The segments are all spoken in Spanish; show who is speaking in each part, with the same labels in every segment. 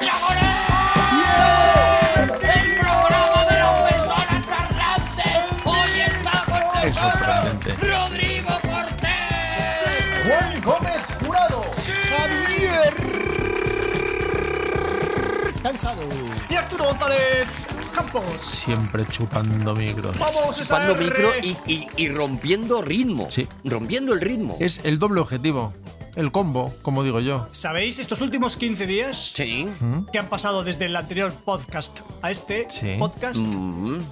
Speaker 1: Dragones. El programa de las personas parlantes. Hoy está con nosotros Rodrigo Cortés.
Speaker 2: Juan Gómez Jurado. Javier. Cansado.
Speaker 3: Y Arturo González Campos.
Speaker 4: Siempre chupando micros.
Speaker 3: Vamos,
Speaker 1: Chupando
Speaker 3: SR.
Speaker 1: micro y, y- y rompiendo ritmo.
Speaker 4: Sí.
Speaker 1: Rompiendo el ritmo.
Speaker 4: Es el doble objetivo. El combo, como digo yo.
Speaker 3: ¿Sabéis estos últimos 15 días
Speaker 1: Sí.
Speaker 3: que han pasado desde el anterior podcast a este
Speaker 4: Sí.
Speaker 3: podcast?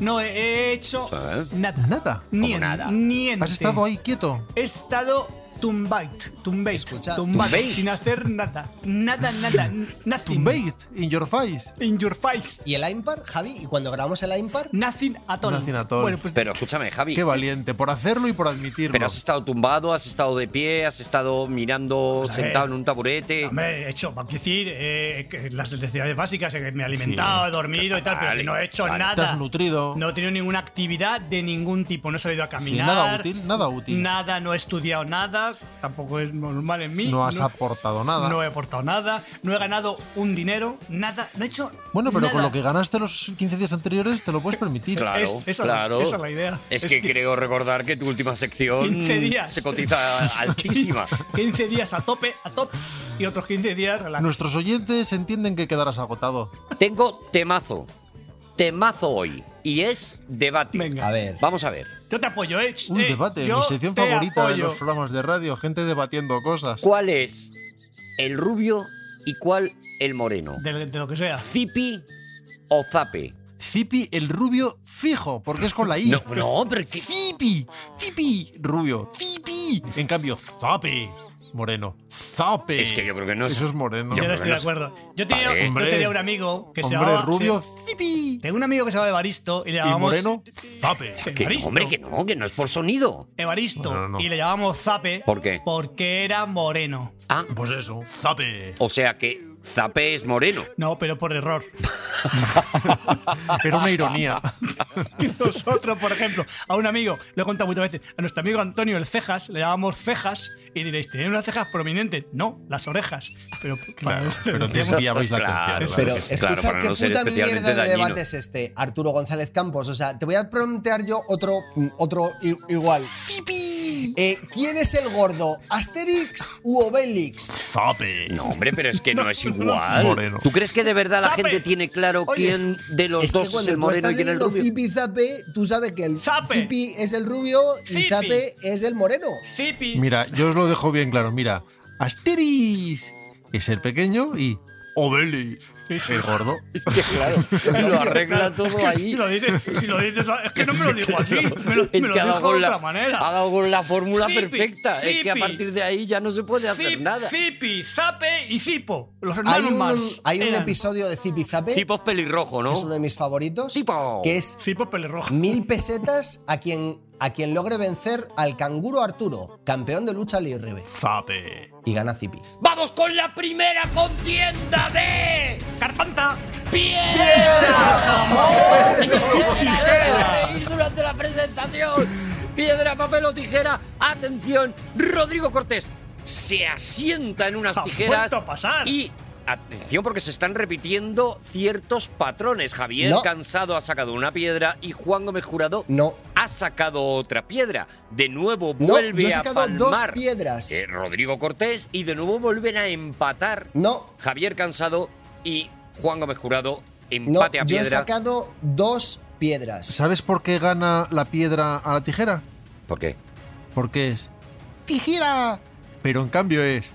Speaker 3: No he hecho
Speaker 1: Sí.
Speaker 3: nada.
Speaker 4: Nada.
Speaker 3: Ni
Speaker 1: ¿Cómo nada?
Speaker 3: Niente.
Speaker 4: Has estado ahí quieto.
Speaker 3: He estado tumbait, tumbait,
Speaker 2: Escucha.
Speaker 3: tumbado,
Speaker 1: Tumbait.
Speaker 3: sin hacer nada. Nada, nada, n- nothing.
Speaker 4: Tumbait in your face.
Speaker 3: In your face.
Speaker 2: ¿Y el impar, Javi? ¿Y cuando grabamos el impar?
Speaker 3: Nothing at all.
Speaker 4: Nothing at all.
Speaker 3: Bueno, pues
Speaker 1: Pero escúchame, Javi.
Speaker 4: Qué valiente, por hacerlo y por admitirlo.
Speaker 1: Pero has estado tumbado, has estado de pie, has estado mirando,
Speaker 3: a
Speaker 1: sentado
Speaker 3: ver.
Speaker 1: en un taburete.
Speaker 3: Hombre, he hecho, vamos a decir, eh, que las necesidades básicas, eh, que me he alimentado, he dormido y tal, pero
Speaker 1: Vale,
Speaker 3: que no he hecho
Speaker 1: vale.
Speaker 3: nada.
Speaker 4: Te has nutrido.
Speaker 3: No he tenido ninguna actividad de ningún tipo. No he salido a caminar.
Speaker 4: nada útil, nada útil.
Speaker 3: Nada, no he estudiado nada. Tampoco es normal en mí.
Speaker 4: No has aportado nada.
Speaker 3: No he aportado nada. No he ganado un dinero. Nada. No he hecho.
Speaker 4: Bueno, pero con
Speaker 3: nada.
Speaker 4: lo que ganaste los 15 días anteriores te lo puedes permitir.
Speaker 1: Claro,
Speaker 3: Es- esa es la-
Speaker 1: claro.
Speaker 3: esa es la idea.
Speaker 1: Es,
Speaker 3: Es
Speaker 1: que,
Speaker 3: que-
Speaker 1: creo recordar que tu última sección
Speaker 3: 15 días.
Speaker 1: se cotiza altísima.
Speaker 3: 15 días a tope, a top. Y otros 15 días relax.
Speaker 4: Nuestros oyentes entienden que quedarás agotado.
Speaker 1: Tengo temazo. Temazo hoy. Y es debate.
Speaker 3: Venga.
Speaker 2: A ver.
Speaker 1: Vamos a ver.
Speaker 3: Yo te apoyo, eh.
Speaker 4: Un
Speaker 3: Eh,
Speaker 4: debate,
Speaker 3: yo
Speaker 4: mi sección
Speaker 3: te
Speaker 4: favorita de
Speaker 3: apoyo.
Speaker 4: los programas de radio, gente debatiendo cosas.
Speaker 1: ¿Cuál es el rubio y cuál el moreno?
Speaker 3: de, de lo que sea.
Speaker 1: ¿Zipi o Zape?
Speaker 4: Zipi, el rubio fijo, porque es con la I.
Speaker 1: No, no, pero que-
Speaker 4: Zipi, Zipi, rubio, Zipi. En cambio, Zape, moreno, Zape.
Speaker 1: Es que yo creo que no es-
Speaker 4: Eso es moreno.
Speaker 1: Yo
Speaker 3: Yo no
Speaker 1: creo que
Speaker 3: estoy
Speaker 1: no
Speaker 3: de
Speaker 1: es-
Speaker 3: acuerdo. Yo tenía,
Speaker 1: Vale.
Speaker 3: yo
Speaker 4: Hombre.
Speaker 3: tenía un amigo que eh. se
Speaker 4: Hombre,
Speaker 3: llamaba.
Speaker 4: rubio,
Speaker 3: se-
Speaker 4: Zipi.
Speaker 3: tengo un amigo que se llamaba Evaristo y le
Speaker 4: Y
Speaker 3: llamábamos.
Speaker 4: moreno, Zape.
Speaker 1: que no,
Speaker 3: Evaristo.
Speaker 1: hombre, que no, que no es por sonido.
Speaker 3: Evaristo
Speaker 4: No, no, no.
Speaker 3: y le llamábamos Zape.
Speaker 1: ¿Por qué?
Speaker 3: Porque era moreno.
Speaker 1: Ah,
Speaker 4: Pues eso, Zape.
Speaker 1: o sea que Zape es moreno.
Speaker 3: No, pero por error. Ah.
Speaker 4: Era una ironía.
Speaker 3: Y Nosotros, por ejemplo, a un amigo, lo he contado muchas veces, a nuestro amigo Antonio el Cejas, le llamamos Cejas y diréis, ¿tenéis unas cejas prominentes? No, las orejas. Pero,
Speaker 4: Pero desviabais la
Speaker 1: Claro,
Speaker 4: atención.
Speaker 1: claro.
Speaker 2: Pero
Speaker 1: que sí,
Speaker 2: escucha
Speaker 1: claro, para
Speaker 2: qué
Speaker 1: no ser
Speaker 2: puta
Speaker 1: especialmente
Speaker 2: mierda de
Speaker 1: dañino.
Speaker 2: debate es este, Arturo González Campos. O sea, te voy a plantear yo otro, mm, otro i- igual. ¡Pipi! Eh, ¿Quién es el gordo? ¿Asterix u Obelix?
Speaker 4: Zape.
Speaker 1: No, hombre, pero es que no, es igual.
Speaker 4: Moreno.
Speaker 1: ¿Tú crees que de verdad la
Speaker 3: Zape.
Speaker 1: gente tiene claro
Speaker 3: Oye,
Speaker 1: quién de los
Speaker 2: es que
Speaker 1: dos es
Speaker 2: cuando
Speaker 1: el
Speaker 2: tú
Speaker 1: moreno
Speaker 2: estás
Speaker 1: y quién el
Speaker 2: leyendo
Speaker 1: rubio?
Speaker 2: Zipi Zape, tú sabes que el
Speaker 3: Zape.
Speaker 2: Zipi es el rubio y
Speaker 3: Zipi.
Speaker 2: Zape es el moreno.
Speaker 3: Zipi.
Speaker 4: Mira, yo os lo dejo bien claro. Mira, Asteris es el pequeño y Obeli el gordo.
Speaker 1: Lo arregla todo
Speaker 3: Si
Speaker 1: ahí.
Speaker 3: lo dices, si lo dices, es que no me lo digo así, me lo,
Speaker 1: Es
Speaker 3: me lo
Speaker 1: que ha dado
Speaker 3: dijo de
Speaker 1: con la,
Speaker 3: otra manera.
Speaker 1: ha dado con la fórmula
Speaker 3: Zipi,
Speaker 1: perfecta. Es que a
Speaker 3: zipi.
Speaker 1: partir de ahí ya no se puede hacer
Speaker 3: Zip-
Speaker 1: nada.
Speaker 3: Zipi, Zape y Zipo. Los
Speaker 2: Hay
Speaker 3: hermanos
Speaker 2: un,
Speaker 3: Mars.
Speaker 2: hay un
Speaker 3: eran.
Speaker 2: episodio de Zipi Zape,
Speaker 1: Tipo es pelirrojo,
Speaker 2: que es uno
Speaker 1: ¿no?
Speaker 2: de mis favoritos,
Speaker 1: Zipo.
Speaker 2: que es
Speaker 3: Zipo
Speaker 1: Mm.
Speaker 3: pelirrojo.
Speaker 2: Mil pesetas a quien, a quien logre vencer al canguro Arturo, campeón de lucha libre.
Speaker 4: Zape.
Speaker 2: Y gana Zipi.
Speaker 1: ¡Vamos con la primera contienda de
Speaker 3: Carpanta.
Speaker 1: Deja de reír durante la presentación! Piedra, papel o tijera. Atención, Rodrigo Cortés se asienta en unas
Speaker 3: Ha
Speaker 1: tijeras
Speaker 3: vuelto a pasar.
Speaker 1: y atención porque se están repitiendo ciertos patrones. Javier
Speaker 2: No.
Speaker 1: Cansado ha sacado una piedra y Juan Gómez Jurado
Speaker 2: No.
Speaker 1: ha sacado otra piedra. De nuevo
Speaker 2: No,
Speaker 1: vuelve
Speaker 2: yo he
Speaker 1: a
Speaker 2: sacado
Speaker 1: palmar
Speaker 2: dos piedras.
Speaker 1: eh, Rodrigo Cortés y de nuevo vuelven a empatar.
Speaker 2: No,
Speaker 1: Javier Cansado y Juan Gómez Jurado
Speaker 2: no,
Speaker 1: empate a
Speaker 2: yo he
Speaker 1: piedra.
Speaker 2: sacado dos piedras.
Speaker 4: ¿Sabes por qué gana la piedra a la tijera?
Speaker 1: ¿Por qué?
Speaker 4: Porque es tijera. Pero en cambio es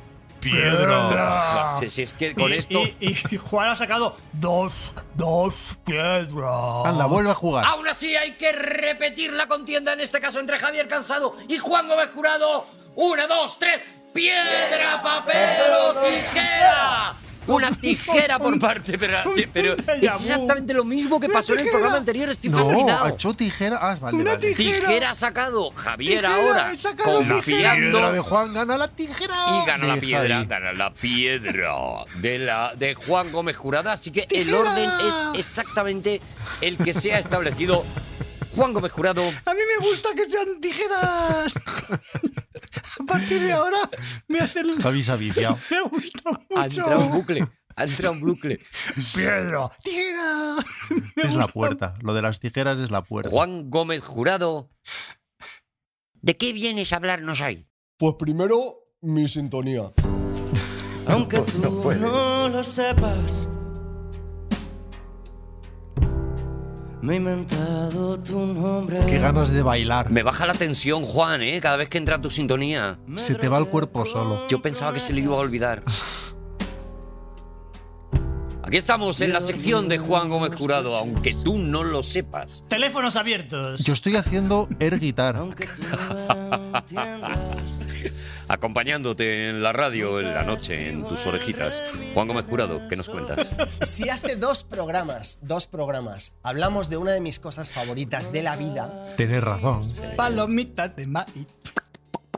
Speaker 1: Si, si Ah. es que con
Speaker 3: y,
Speaker 1: esto.
Speaker 3: Y, y Juan ha sacado dos, dos piedras.
Speaker 4: Anda, vuelve a jugar.
Speaker 1: Aún así hay que repetir la contienda, en este caso entre Javier Cansado y Juan Gómez Jurado. Una, dos, tres. Piedra, papel o tijera. una tijera por parte, pero, pero
Speaker 3: un
Speaker 1: es exactamente lo mismo que pasó en el programa anterior. Estoy fascinado.
Speaker 4: echó tijera. Ah, vale,
Speaker 3: Una
Speaker 4: vale.
Speaker 3: tijera.
Speaker 1: Tijera ha sacado Javier
Speaker 3: Tijera,
Speaker 1: ahora,
Speaker 3: he sacado
Speaker 4: Piedra de
Speaker 1: confiando.
Speaker 4: Juan gana la tijera.
Speaker 3: Ah,
Speaker 1: Y gana la
Speaker 4: de
Speaker 1: piedra,
Speaker 4: Javi.
Speaker 1: gana la piedra de, la, de Juan Gómez Jurada. Así que el
Speaker 3: Tijera.
Speaker 1: orden es exactamente el que se ha establecido. Juan Gómez Jurado,
Speaker 3: A mí me gusta que sean tijeras. A partir de ahora me hace el...
Speaker 4: Javi se ha viciado.
Speaker 3: Me gusta
Speaker 1: ha
Speaker 3: mucho.
Speaker 1: entrado en bucle. Ha entrado en bucle.
Speaker 3: Pedro, tijera. Me
Speaker 4: Es la
Speaker 3: gusta.
Speaker 4: puerta. Lo de las tijeras es la puerta.
Speaker 1: Juan Gómez Jurado, ¿de qué vienes a hablarnos ahí?
Speaker 2: Pues primero, mi sintonía.
Speaker 5: aunque tú no lo sepas. Me he inventado tu nombre.
Speaker 4: Qué ganas de bailar.
Speaker 1: Me baja la tensión, Juan, ¿eh? Cada vez que entra tu sintonía.
Speaker 4: Se te va el cuerpo solo.
Speaker 1: Yo pensaba que se le iba a olvidar. Aquí estamos en la sección de Juan Gómez Jurado, aunque tú no lo sepas.
Speaker 3: Teléfonos abiertos.
Speaker 4: Yo estoy haciendo air guitar.
Speaker 5: Aunque tú no entiendas.
Speaker 1: Acompañándote en la radio en la noche, en tus orejitas. Juan Gómez Jurado, ¿qué nos cuentas?
Speaker 2: Si hace dos programas, dos programas, hablamos de una de mis cosas favoritas de la vida,
Speaker 4: Tenés razón.
Speaker 3: Palomitas de maíz.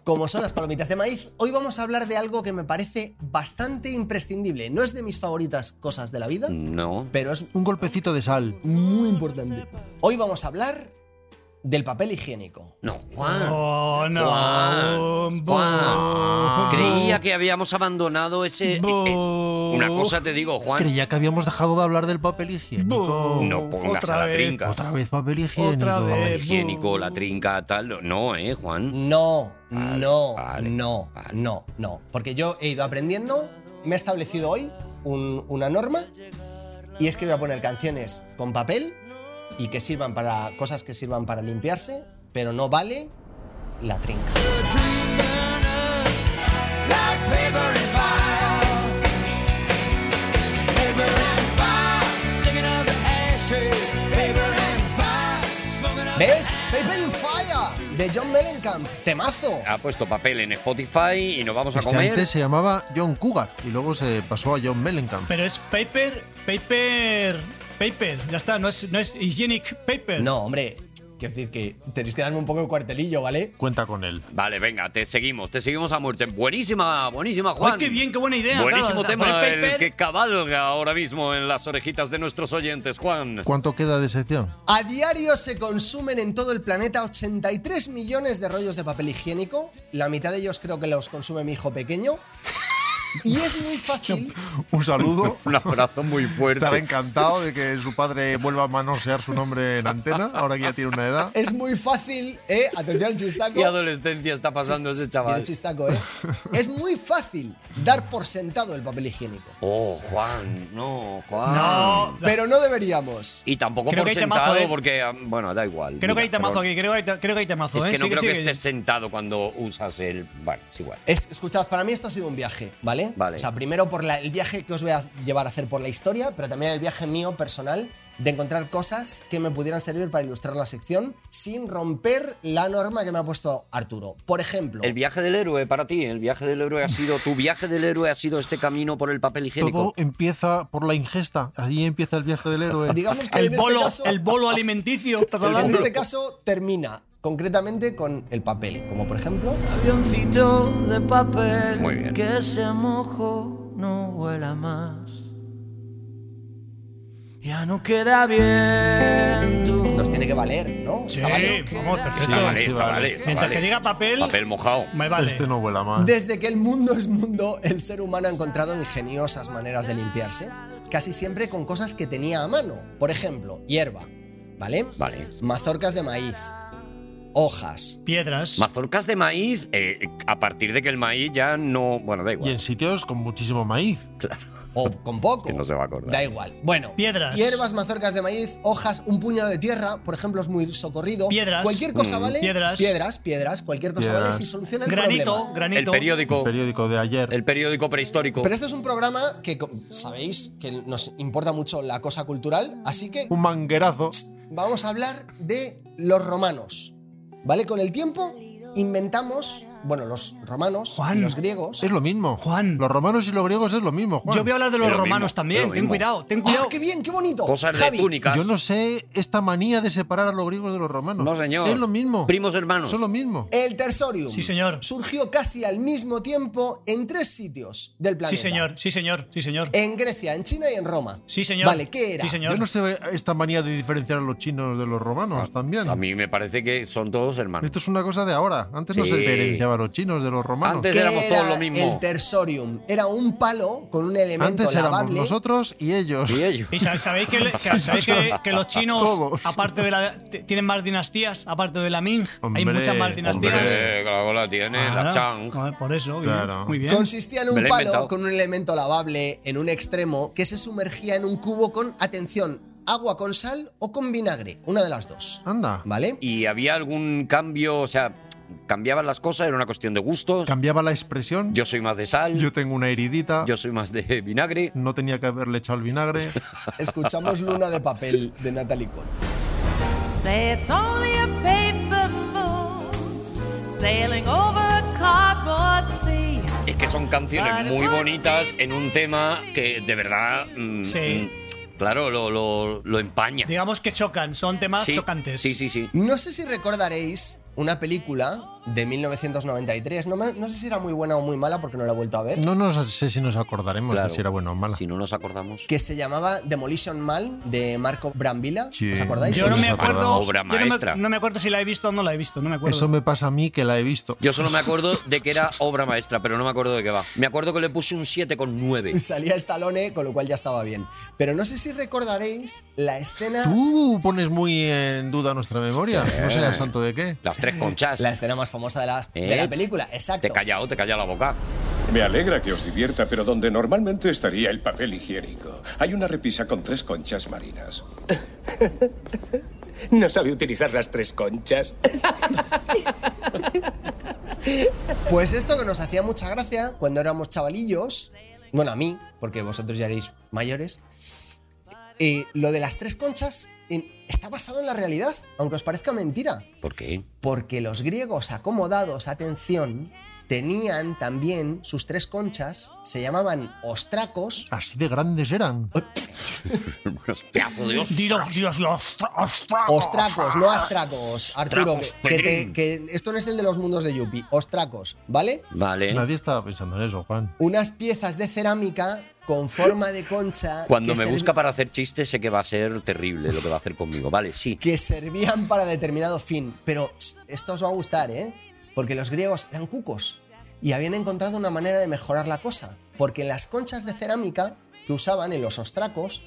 Speaker 2: como son las palomitas de maíz, hoy vamos a hablar de algo que me parece bastante imprescindible. No es de mis favoritas cosas de la vida,
Speaker 1: No.
Speaker 2: pero es
Speaker 4: Un golpecito de sal.
Speaker 2: muy importante. Hoy vamos a hablar del papel higiénico.
Speaker 1: No, Juan.
Speaker 3: Oh, no.
Speaker 1: Ah. Juan,
Speaker 3: Bum,
Speaker 1: Juan.
Speaker 3: bum,
Speaker 1: Creía que habíamos abandonado ese... eh, eh,
Speaker 3: bum.
Speaker 1: Una cosa te digo, Juan.
Speaker 4: Creía que habíamos dejado de hablar del papel higiénico.
Speaker 3: Bu-
Speaker 1: No pongas
Speaker 3: Otra
Speaker 1: a la
Speaker 3: vez.
Speaker 1: trinca.
Speaker 4: Otra vez papel higiénico.
Speaker 3: vez.
Speaker 1: Higiénico, la trinca, tal. No, ¿eh, Juan?
Speaker 2: No,
Speaker 1: Vale,
Speaker 2: no,
Speaker 1: vale,
Speaker 2: no,
Speaker 1: vale.
Speaker 2: no, no. Porque yo he ido aprendiendo, me he establecido hoy un- una norma y es que voy a poner canciones con papel y que sirvan para cosas que sirvan para limpiarse, pero no vale la trinca. ¿Ves? Paper in Fire de John Mellencamp, temazo.
Speaker 1: Ha puesto papel en Spotify y nos vamos a
Speaker 4: Este
Speaker 1: comer.
Speaker 4: antes se llamaba John Cougar y luego se pasó a John Mellencamp.
Speaker 3: Pero es paper, paper, paper. Ya está, no es, no es hygienic paper.
Speaker 2: No, hombre, quiero decir que tenéis que darme un poco de cuartelillo, ¿vale?
Speaker 4: Cuenta con él.
Speaker 1: Vale, venga, te seguimos, te seguimos a muerte. Buenísima, buenísima, Juan.
Speaker 3: Ay, qué bien, qué buena idea.
Speaker 1: Buenísimo
Speaker 3: claro,
Speaker 1: tema
Speaker 3: poner
Speaker 1: el
Speaker 3: paper.
Speaker 1: que cabalga ahora mismo en las orejitas de nuestros oyentes, Juan.
Speaker 4: ¿Cuánto queda de sección?
Speaker 2: A diario se consumen en todo el planeta 83 millones de rollos de papel higiénico. La mitad de ellos creo que los consume mi hijo pequeño. Y es muy fácil.
Speaker 4: Un saludo.
Speaker 1: Un abrazo muy
Speaker 4: Estará
Speaker 1: fuerte.
Speaker 4: encantado de que su padre vuelva a manosear su nombre en antena, ahora que ya tiene una edad.
Speaker 2: Es muy fácil, ¿eh? Atención al chistaco.
Speaker 1: ¿Qué adolescencia está pasando ese chaval?
Speaker 2: Mira, chistaco, ¿eh? Es muy fácil dar por sentado el papel higiénico.
Speaker 1: Oh, Juan, no, Juan.
Speaker 3: No.
Speaker 2: Pero no deberíamos.
Speaker 1: Y tampoco
Speaker 3: Creo
Speaker 1: por
Speaker 3: que hay
Speaker 1: sentado,
Speaker 3: temazo, ¿eh?
Speaker 1: porque, ah, bueno, da igual.
Speaker 3: Creo que hay temazo
Speaker 1: tamazo
Speaker 3: aquí, creo que hay, creo que hay temazo.
Speaker 1: Es
Speaker 3: ¿eh?
Speaker 1: que no
Speaker 3: Sigue,
Speaker 1: creo que
Speaker 3: sigue.
Speaker 1: estés sentado cuando usas el. Bueno, es igual.
Speaker 2: Es- escuchad, para mí esto ha sido un viaje, ¿vale?
Speaker 1: Vale.
Speaker 2: O sea, primero por la- el viaje que os voy a llevar a hacer por la historia, pero también el viaje mío personal de encontrar cosas que me pudieran servir para ilustrar la sección sin romper la norma que me ha puesto Arturo. Por ejemplo,
Speaker 1: El viaje del héroe para ti, el viaje del héroe ha sido. Tu viaje del héroe ha sido este camino por el papel
Speaker 4: Todo
Speaker 1: higiénico.
Speaker 4: empieza por la ingesta. Allí empieza el viaje del héroe.
Speaker 2: digamos que
Speaker 3: El
Speaker 2: en,
Speaker 3: bolo,
Speaker 2: este caso,
Speaker 3: el bolo alimenticio. ¿Estás
Speaker 2: en
Speaker 3: hablando?
Speaker 2: este caso termina concretamente con el papel, como por ejemplo...
Speaker 5: Avioncito de papel
Speaker 1: Muy bien.
Speaker 5: que se mojó no vuela más. Ya no queda bien tú.
Speaker 2: Nos tiene que valer, ¿no?
Speaker 3: Sí,
Speaker 2: Está vale.
Speaker 3: vamos, perfecto.
Speaker 1: ¿eh? Está vale,
Speaker 4: sí,
Speaker 1: está
Speaker 4: vale.
Speaker 1: vale, está
Speaker 3: Mientras
Speaker 1: vale.
Speaker 3: que diga papel,
Speaker 1: Papel mojado.
Speaker 3: me vale.
Speaker 4: Este no vuela más.
Speaker 2: Desde que el mundo es mundo, el ser humano ha encontrado ingeniosas maneras de limpiarse, casi siempre con cosas que tenía a mano. Por ejemplo, hierba, ¿vale?
Speaker 1: Vale.
Speaker 2: Mazorcas de maíz, hojas.
Speaker 3: Piedras.
Speaker 1: Mazorcas de maíz, eh, a partir de que el maíz ya no. Bueno, da
Speaker 4: Y
Speaker 1: igual.
Speaker 4: en sitios con muchísimo maíz.
Speaker 2: O con poco.
Speaker 1: Que no se va a acordar.
Speaker 2: Da igual. Bueno.
Speaker 3: Piedras.
Speaker 2: Hierbas, mazorcas de maíz, hojas, un puñado de tierra, por ejemplo, es muy socorrido.
Speaker 3: Piedras.
Speaker 2: Cualquier cosa
Speaker 1: Mm.
Speaker 2: vale.
Speaker 3: Piedras.
Speaker 2: Piedras, piedras, Cualquier cosa
Speaker 4: Piedras.
Speaker 2: vale si soluciona el
Speaker 3: granito,
Speaker 2: problema.
Speaker 1: El
Speaker 3: granito.
Speaker 1: periódico.
Speaker 4: Periódico de ayer.
Speaker 1: Oh. El periódico prehistórico.
Speaker 2: Pero este es un programa que co- sabéis que nos importa mucho la cosa cultural, así que
Speaker 4: Un manguerazo.
Speaker 2: vamos a hablar de los romanos. ¿Vale? Con el tiempo inventamos bueno, los romanos, y
Speaker 3: Juan.
Speaker 2: los griegos.
Speaker 4: Es lo mismo.
Speaker 3: Juan.
Speaker 4: Los romanos y los griegos es lo mismo, Juan.
Speaker 3: Yo voy a hablar de los
Speaker 1: Es lo mismo,
Speaker 3: romanos
Speaker 1: es lo
Speaker 3: también. Ten
Speaker 1: mismo.
Speaker 3: cuidado, ten
Speaker 2: ¡Ah,
Speaker 3: cuidado.
Speaker 2: qué bien, qué bonito!
Speaker 1: Cosas
Speaker 2: Javi,
Speaker 1: de túnicas.
Speaker 4: Yo no sé esta manía de separar a los griegos de los romanos.
Speaker 1: No, señor.
Speaker 4: Es lo mismo.
Speaker 1: Primos hermanos.
Speaker 4: Son lo mismo.
Speaker 2: El tersorium.
Speaker 3: Sí, señor.
Speaker 2: Surgió casi al mismo tiempo en tres sitios del planeta.
Speaker 3: Sí, señor, sí, señor, sí, señor.
Speaker 2: En Grecia, en China y en Roma.
Speaker 3: Sí, señor.
Speaker 2: Vale, ¿qué era?
Speaker 3: Sí, señor.
Speaker 4: Yo no sé esta manía de diferenciar a los chinos de los romanos también.
Speaker 1: Ah, A mí me parece que son todos hermanos.
Speaker 4: Esto es una cosa de ahora. Antes no
Speaker 1: Sí.
Speaker 4: se diferenciaba a los chinos de los romanos.
Speaker 1: Antes
Speaker 2: ¿Qué
Speaker 1: éramos todos
Speaker 2: era
Speaker 1: lo mismo.
Speaker 2: El tersorium era un palo con un elemento
Speaker 4: Antes éramos
Speaker 1: ¿eh?
Speaker 2: lavable.
Speaker 4: nosotros y ellos.
Speaker 1: Y ellos.
Speaker 3: ¿Y sab- sabéis que, le- que- sabéis que- que los chinos,
Speaker 4: Todos.
Speaker 3: aparte de la. t- tienen más dinastías, aparte de la Ming?
Speaker 4: Hombre,
Speaker 3: hay muchas más dinastías.
Speaker 1: Hombre, claro, la tiene,
Speaker 3: Claro,
Speaker 1: la Chang.
Speaker 3: joder, Por eso, bien,
Speaker 4: Claro.
Speaker 3: muy bien.
Speaker 2: Consistía en
Speaker 1: Me
Speaker 2: un
Speaker 1: lo he
Speaker 2: palo
Speaker 1: inventado.
Speaker 2: con un elemento lavable en un extremo que se sumergía en un cubo con, atención, agua con sal o con vinagre. Una de las dos.
Speaker 4: Anda.
Speaker 2: ¿Vale?
Speaker 1: ¿Y había algún cambio? O sea, ¿cambiaban las cosas? ¿Era una cuestión de gustos?
Speaker 4: Cambiaba la expresión.
Speaker 1: Yo soy más de sal,
Speaker 4: Yo tengo una heridita.
Speaker 1: yo soy más de vinagre.
Speaker 4: No tenía que haberle echado el vinagre.
Speaker 2: Escuchamos Luna de Papel de Natalie Cole.
Speaker 6: Say it's only a paper moon sailing over a cardboard sea.
Speaker 1: Es que son canciones muy bonitas en un tema que de verdad. mm,
Speaker 3: Sí.
Speaker 1: mm, claro, lo, lo, lo empaña.
Speaker 3: Digamos que chocan, son temas
Speaker 1: Sí,
Speaker 3: chocantes.
Speaker 1: Sí, sí, sí.
Speaker 2: No sé si recordaréis una película de 1993. No, me- no sé si era muy buena o muy mala porque no la he vuelto a ver.
Speaker 4: No nos sé si nos acordaremos
Speaker 1: Claro.
Speaker 4: de si era bueno o mala.
Speaker 1: Si no nos acordamos.
Speaker 2: Que se llamaba Demolition Man de Marco Brambila.
Speaker 4: Sí.
Speaker 2: ¿Os acordáis?
Speaker 3: Yo no
Speaker 4: Sí,
Speaker 3: me
Speaker 4: nos
Speaker 3: acuerdo.
Speaker 4: acordamos.
Speaker 1: Obra
Speaker 3: yo no me-
Speaker 1: maestra.
Speaker 3: No me, acuerdo si la he visto o no la he visto, no me acuerdo.
Speaker 4: Eso me pasa a mí que la he visto.
Speaker 1: Yo solo me acuerdo de que era obra maestra, pero no me acuerdo de qué va. Me acuerdo que le puse un 7,9.
Speaker 2: Salía Stallone, con lo cual ya estaba bien. Pero no sé si recordaréis la escena.
Speaker 4: Tú pones muy en duda nuestra memoria. No sé al santo de qué.
Speaker 1: Las tres conchas.
Speaker 2: La escena más famosa de la, de
Speaker 1: Eh,
Speaker 2: la película, exacto.
Speaker 1: Te he callado, te he callado la boca.
Speaker 7: Me alegra que os divierta, pero donde normalmente estaría el papel higiénico, hay una repisa con tres conchas marinas.
Speaker 8: ¿No sabe utilizar las tres conchas?
Speaker 2: Pues esto que nos hacía mucha gracia cuando éramos chavalillos, bueno, a mí, porque vosotros ya eréis mayores, eh, lo de las tres conchas en- está basado en la realidad, aunque os parezca mentira,
Speaker 1: ¿Por qué?
Speaker 2: porque los griegos acomodados, atención, tenían también sus tres conchas, se llamaban ostracos.
Speaker 4: Así de grandes eran.
Speaker 1: Unos pedazos de os-
Speaker 3: Dilo, Dios, los
Speaker 2: Ostracos, no astracos, Arturo,
Speaker 1: Ostracos,
Speaker 2: que, que te-
Speaker 1: Pedrín.
Speaker 2: que esto no es el de los mundos de Yuppie, ostracos, ¿vale?
Speaker 1: Vale.
Speaker 4: Nadie estaba pensando en eso, Juan.
Speaker 2: unas piezas de cerámica con forma de concha
Speaker 1: Cuando
Speaker 2: que
Speaker 1: me
Speaker 2: serv-
Speaker 1: busca para hacer chistes sé que va a ser terrible lo que va a hacer conmigo. Vale, sí.
Speaker 2: que servían para determinado fin. Pero ch, esto os va a gustar, ¿eh? Porque los griegos eran cucos y habían encontrado una manera de mejorar la cosa, porque en las conchas de cerámica que usaban en los ostracos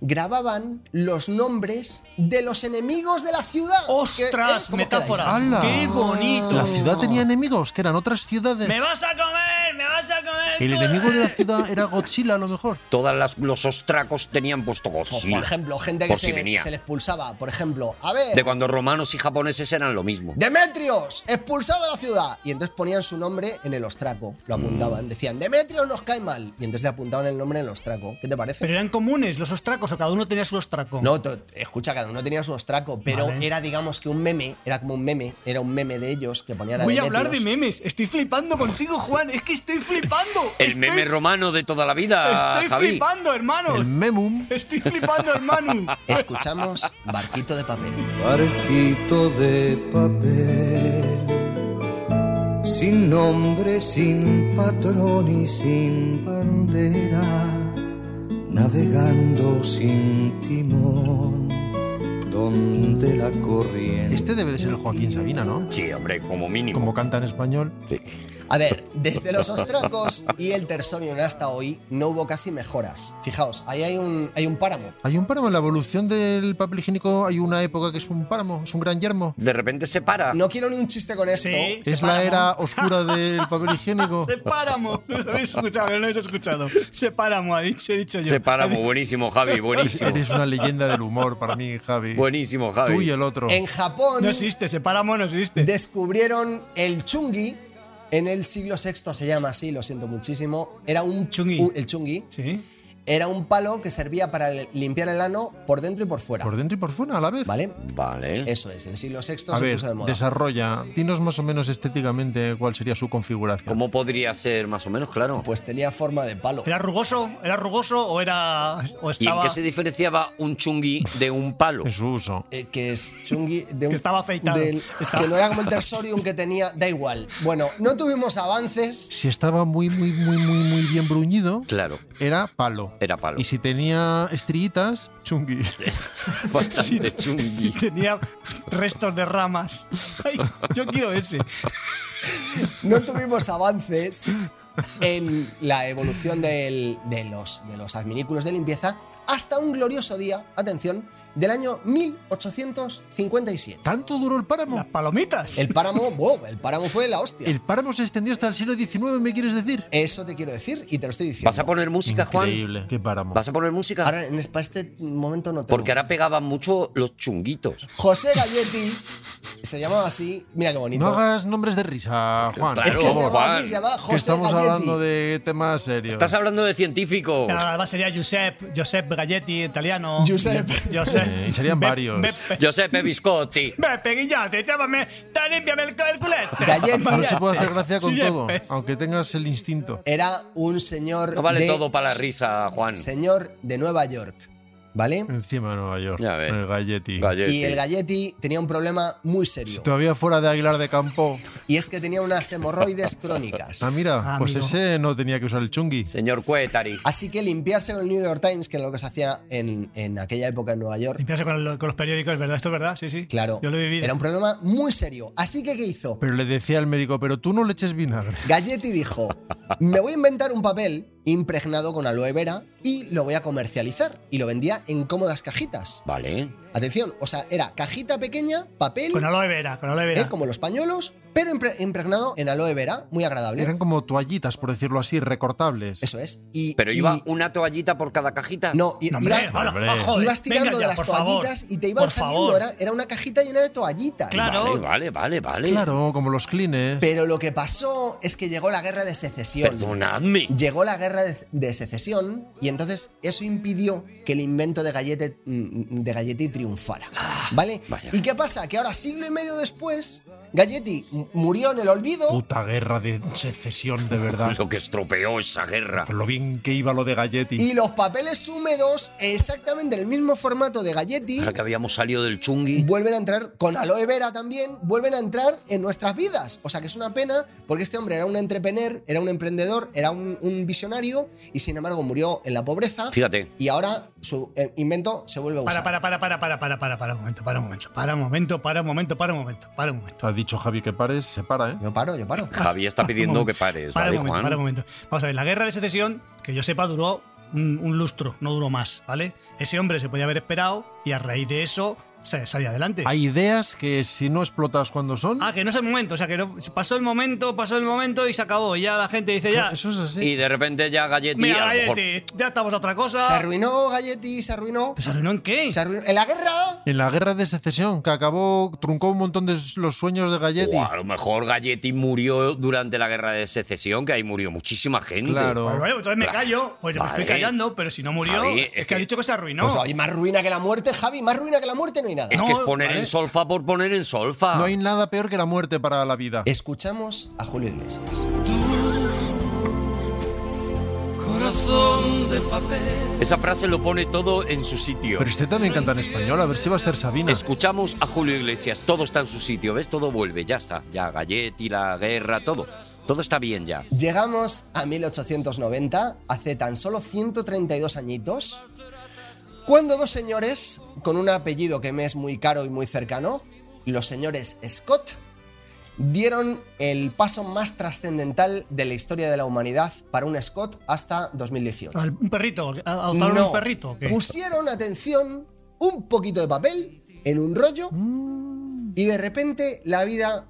Speaker 2: grababan los nombres de los enemigos de la ciudad. ¿Qué- eh,
Speaker 3: ¡Ostras!
Speaker 2: cómo
Speaker 3: Metáforas.
Speaker 2: quedáis?
Speaker 4: ¡Hala!
Speaker 3: ¡Qué bonito!
Speaker 4: La ciudad tenía enemigos, que eran otras ciudades.
Speaker 3: ¡Me vas a comer! ¡Me vas a comer!
Speaker 4: El enemigo de la ciudad era Godzilla, a lo mejor.
Speaker 1: Todas las, los ostracos tenían puesto
Speaker 2: O,
Speaker 1: Godzilla.
Speaker 2: por ejemplo, gente que
Speaker 1: Por si
Speaker 2: se,
Speaker 1: venía.
Speaker 2: se le expulsaba. Por ejemplo, a ver,
Speaker 1: De cuando romanos y japoneses eran lo mismo.
Speaker 2: Demetrios, expulsado de la ciudad. Y entonces ponían su nombre en el ostraco. Lo
Speaker 3: Mm.
Speaker 2: apuntaban. Decían, Demetrios nos cae mal. Y entonces le apuntaban el nombre en el ostraco. ¿Qué te parece?
Speaker 3: Pero eran comunes los ostracos, o cada uno tenía su ostraco.
Speaker 2: no, to- escucha, cada uno tenía su ostraco, pero
Speaker 3: Vale.
Speaker 2: era, digamos, que un meme, era como un meme, era un meme de ellos que ponían a
Speaker 3: Voy a
Speaker 2: Demetrios.
Speaker 3: hablar de memes. Estoy flipando contigo, Juan. Es que estoy flipando.
Speaker 1: El
Speaker 3: Estoy-
Speaker 1: meme romano de toda la vida,
Speaker 3: Estoy
Speaker 1: Javi.
Speaker 3: flipando, hermano.
Speaker 4: El Memum.
Speaker 3: Estoy flipando, hermano.
Speaker 2: Escuchamos Barquito de Papel.
Speaker 5: Barquito de papel, sin nombre, sin patrón y sin bandera, navegando sin timón, donde la corriente.
Speaker 4: Este debe de ser el Joaquín Sabina, ¿no?
Speaker 1: Sí, hombre, como mínimo.
Speaker 4: Como canta en español.
Speaker 2: A ver, desde los ostracos y el tersonium hasta hoy no hubo casi mejoras. Fijaos, ahí hay un, hay un páramo.
Speaker 4: Hay un páramo en la evolución del papel higiénico. Hay una época que es un páramo, es un gran yermo.
Speaker 1: De repente se para.
Speaker 2: No quiero ni un chiste con esto.
Speaker 3: Sí.
Speaker 4: Es la era oscura del papel higiénico.
Speaker 3: Sepáramo. ¿Lo habéis escuchado? No lo habéis escuchado. Sepáramo, ha dicho, he dicho yo.
Speaker 1: Se para. muy Buenísimo, Javi. Buenísimo.
Speaker 4: Eres una leyenda del humor para mí, Javi.
Speaker 1: Buenísimo,
Speaker 4: Tú y
Speaker 1: Javi.
Speaker 4: el otro.
Speaker 2: En Japón.
Speaker 3: No existe, sepáramo no existe.
Speaker 2: descubrieron el chungi en el siglo VI, se llama así, lo siento muchísimo. Era un
Speaker 3: Chungi.
Speaker 2: u- el chungi.
Speaker 3: Sí.
Speaker 2: Era un palo que servía para limpiar el ano por dentro y por fuera.
Speaker 4: ¿Por dentro y por fuera a la vez?
Speaker 2: ¿Vale?
Speaker 1: Vale.
Speaker 2: Eso es, en el siglo VI
Speaker 4: A
Speaker 2: se
Speaker 4: ver,
Speaker 2: puso de moda.
Speaker 4: desarrolla. Dinos más o menos estéticamente cuál sería su configuración.
Speaker 1: ¿Cómo podría ser más o menos, claro?
Speaker 2: Pues tenía forma de palo.
Speaker 3: ¿Era rugoso? ¿Era rugoso o era. o
Speaker 1: ¿Y en
Speaker 3: estaba.
Speaker 1: qué se diferenciaba un chungui de un palo?
Speaker 4: En su uso.
Speaker 2: eh, que es chungui de un-
Speaker 3: Que estaba afeitado.
Speaker 2: del-
Speaker 3: Estaba-
Speaker 2: que no era como el tersorium que tenía da igual bueno no tuvimos avances
Speaker 4: Si estaba muy, muy, muy, muy, muy bien bruñido,
Speaker 1: Claro,
Speaker 4: era palo.
Speaker 1: era palo.
Speaker 4: Y si tenía estrillitas, chungui.
Speaker 1: Bastante
Speaker 3: y
Speaker 1: chungui.
Speaker 3: tenía restos de ramas. Ay, yo quiero ese.
Speaker 2: no tuvimos avances en la evolución del- de los de los adminículos de limpieza hasta un glorioso día atención del año 1857
Speaker 4: ¿Tanto duró el
Speaker 3: Las
Speaker 4: páramo?
Speaker 3: palomitas.
Speaker 2: el páramo wow, el páramo fue la hostia
Speaker 4: El páramo se extendió hasta el siglo XIX, ¿me quieres decir?
Speaker 2: eso te quiero decir y te lo estoy diciendo
Speaker 1: ¿Vas a poner música, Juan?
Speaker 4: Increíble. ¿Qué páramo?
Speaker 1: ¿Vas a poner música?
Speaker 2: ahora en para este momento no tengo
Speaker 1: Porque ahora pegaban mucho los chunguitos.
Speaker 2: José Galletti se llamaba así mira qué bonito
Speaker 4: No hagas nombres de risa, Juan.
Speaker 1: Claro,
Speaker 2: es que
Speaker 4: por
Speaker 2: se
Speaker 4: favor.
Speaker 2: llamaba así,
Speaker 1: Juan,
Speaker 2: se llamaba
Speaker 4: que
Speaker 2: José
Speaker 4: estamos
Speaker 2: Galletti.
Speaker 4: hablando de temas serios.
Speaker 1: Estás hablando de científicos.
Speaker 3: Además sería Giuseppe, Giuseppe Galletti, italiano.
Speaker 2: Giuseppe.
Speaker 3: Giuseppe.
Speaker 4: Eh, y serían
Speaker 3: Be-
Speaker 4: varios.
Speaker 3: Beppe-
Speaker 1: Giuseppe Biscotti.
Speaker 3: Beppe Guillate, llámame, te límpiame el, el culete.
Speaker 2: Galletti.
Speaker 4: Ahora se puede hacer gracia con
Speaker 3: Giuseppe.
Speaker 4: todo, aunque tengas el instinto.
Speaker 2: Era un señor
Speaker 1: No vale
Speaker 2: de,
Speaker 1: todo para la risa, Juan.
Speaker 2: señor de Nueva York, ¿vale?
Speaker 4: Encima de Nueva York.
Speaker 1: Ya ves.
Speaker 4: El galletti.
Speaker 1: Galletti.
Speaker 2: Y el Galletti tenía un problema muy
Speaker 4: Si
Speaker 2: serio
Speaker 4: todavía fuera de Aguilar de Campo.
Speaker 2: y es que tenía unas hemorroides crónicas.
Speaker 4: Ah, mira,
Speaker 3: Ah,
Speaker 4: pues
Speaker 3: amigo.
Speaker 4: ese no tenía que usar el chungui.
Speaker 1: Señor Cuétari.
Speaker 2: Así que limpiarse con el New York Times, que era lo que se hacía en, en aquella época en Nueva York,
Speaker 3: Limpiarse con, el- con los periódicos, ¿verdad? Esto es verdad, sí, sí.
Speaker 2: claro,
Speaker 3: Yo lo he vivido.
Speaker 2: era un problema muy serio. Así que, ¿qué hizo?
Speaker 4: Pero le decía al médico, pero tú no le eches vinagre.
Speaker 2: Galletti dijo, me voy a inventar un papel impregnado con aloe vera y lo voy a comercializar. Y lo vendía en cómodas cajitas.
Speaker 1: Vale.
Speaker 2: Atención, o sea, era cajita pequeña, papel...
Speaker 3: Con aloe vera, con aloe vera.
Speaker 2: ¿eh? como los pañuelos, pero impre- impregnado en aloe vera, muy agradable.
Speaker 4: Eran como toallitas, por decirlo así, recortables.
Speaker 2: Eso es. Y,
Speaker 1: Pero iba
Speaker 2: y-
Speaker 1: una toallita por cada cajita.
Speaker 2: no, y-
Speaker 3: No,
Speaker 2: iba-
Speaker 3: hombre,
Speaker 2: eh.
Speaker 3: hola,
Speaker 4: hombre.
Speaker 3: ah, joder,
Speaker 2: ibas tirando
Speaker 3: venga ya,
Speaker 2: de las
Speaker 3: por favor,
Speaker 2: toallitas y te iban
Speaker 3: por
Speaker 2: saliendo.
Speaker 3: favor.
Speaker 2: Era, era una cajita llena de toallitas.
Speaker 3: Claro.
Speaker 1: Vale, vale, vale, vale.
Speaker 4: Claro, como los clines.
Speaker 2: Pero lo que pasó es que llegó la guerra de secesión.
Speaker 1: Perdonadme.
Speaker 2: Llegó la guerra de, de secesión y entonces eso impidió que el invento de Gallete, mm, de Galletti triunfara.
Speaker 3: Ah,
Speaker 2: ¿Vale?
Speaker 1: vaya.
Speaker 2: ¿Y qué pasa? Que ahora, siglo y medio después, Galletti m- murió en el olvido.
Speaker 4: Puta guerra de secesión, de verdad.
Speaker 1: Lo que estropeó esa guerra.
Speaker 4: Por lo bien que iba lo de Galletti.
Speaker 2: Y los papeles húmedos, exactamente el mismo formato de Galletti,
Speaker 1: Ahora que habíamos salido del chungui.
Speaker 2: vuelven a entrar con aloe vera también, vuelven a entrar en nuestras vidas. O sea que es una pena porque este hombre era un entrepreneur, era un emprendedor, era un, un visionario y sin embargo murió en la pobreza.
Speaker 1: Fíjate.
Speaker 2: Y ahora su eh, invento se vuelve a usar.
Speaker 3: Para, para, para, para, para, para, para, para un momento, para un momento, para un momento, para un momento, para un momento, para un momento.
Speaker 4: Ha dicho Javi que pares, se para, ¿eh?
Speaker 2: Yo paro, yo paro.
Speaker 1: Javi está pidiendo que pares,
Speaker 3: Para
Speaker 1: ¿vale,
Speaker 3: Ah, un momento,
Speaker 1: Juan?
Speaker 3: para un momento. Vamos a ver, la guerra de secesión, que yo sepa, duró un, un lustro, no duró más, ¿vale? Ese hombre se podía haber esperado y a raíz de eso se salía adelante.
Speaker 4: Hay ideas que si no explotas cuando son,
Speaker 3: Ah, que no es el momento, o sea, que no- pasó el momento, pasó el momento y se acabó. Y ya la gente dice, ya,
Speaker 4: eso es así.
Speaker 1: Y de repente ya Galletti.
Speaker 3: mira,
Speaker 1: a lo mejor-
Speaker 3: Galletti, ya estamos a otra cosa.
Speaker 2: Se arruinó Galletti, se arruinó.
Speaker 3: Pues, ¿Se arruinó en qué?
Speaker 2: Se arruinó. En la guerra.
Speaker 4: En la guerra de secesión, que acabó, truncó un montón de los sueños de Galletti.
Speaker 1: O a lo mejor Galletti murió durante la guerra de secesión, que ahí murió muchísima gente.
Speaker 4: Claro.
Speaker 3: Pues, bueno, entonces me
Speaker 1: Claro.
Speaker 3: callo, pues me estoy
Speaker 1: Vale.
Speaker 3: callando, pero si no murió,
Speaker 1: Javi, eh,
Speaker 3: es,
Speaker 1: es
Speaker 3: que ha
Speaker 1: que-
Speaker 3: dicho que se arruinó.
Speaker 2: Pues hay más ruina que la muerte, Javi. Más ruina que la muerte no hay nada.
Speaker 1: Es que es
Speaker 3: No,
Speaker 1: poner
Speaker 3: vale.
Speaker 1: en solfa por poner en solfa.
Speaker 4: No hay nada peor que la muerte para la vida.
Speaker 2: Escuchamos a Julio Iglesias.
Speaker 5: Corazón de papel.
Speaker 1: Esa frase lo pone todo en su sitio.
Speaker 4: Pero este también canta en español, a ver si va a ser Sabina.
Speaker 1: Escuchamos a Julio Iglesias, todo está en su sitio, ¿ves? Todo vuelve, ya está. Ya Galletti, la guerra, todo. Todo está bien ya.
Speaker 2: Llegamos a 1890, hace tan solo 132 añitos, cuando dos señores, con un apellido que me es muy caro y muy cercano, los señores Scott, dieron el paso más trascendental de la historia de la humanidad para un Scott hasta 2018.
Speaker 3: Al- Un perrito, adoptaron un perrito. ¿o qué?
Speaker 2: pusieron atención, un poquito de papel en un rollo y de repente la vida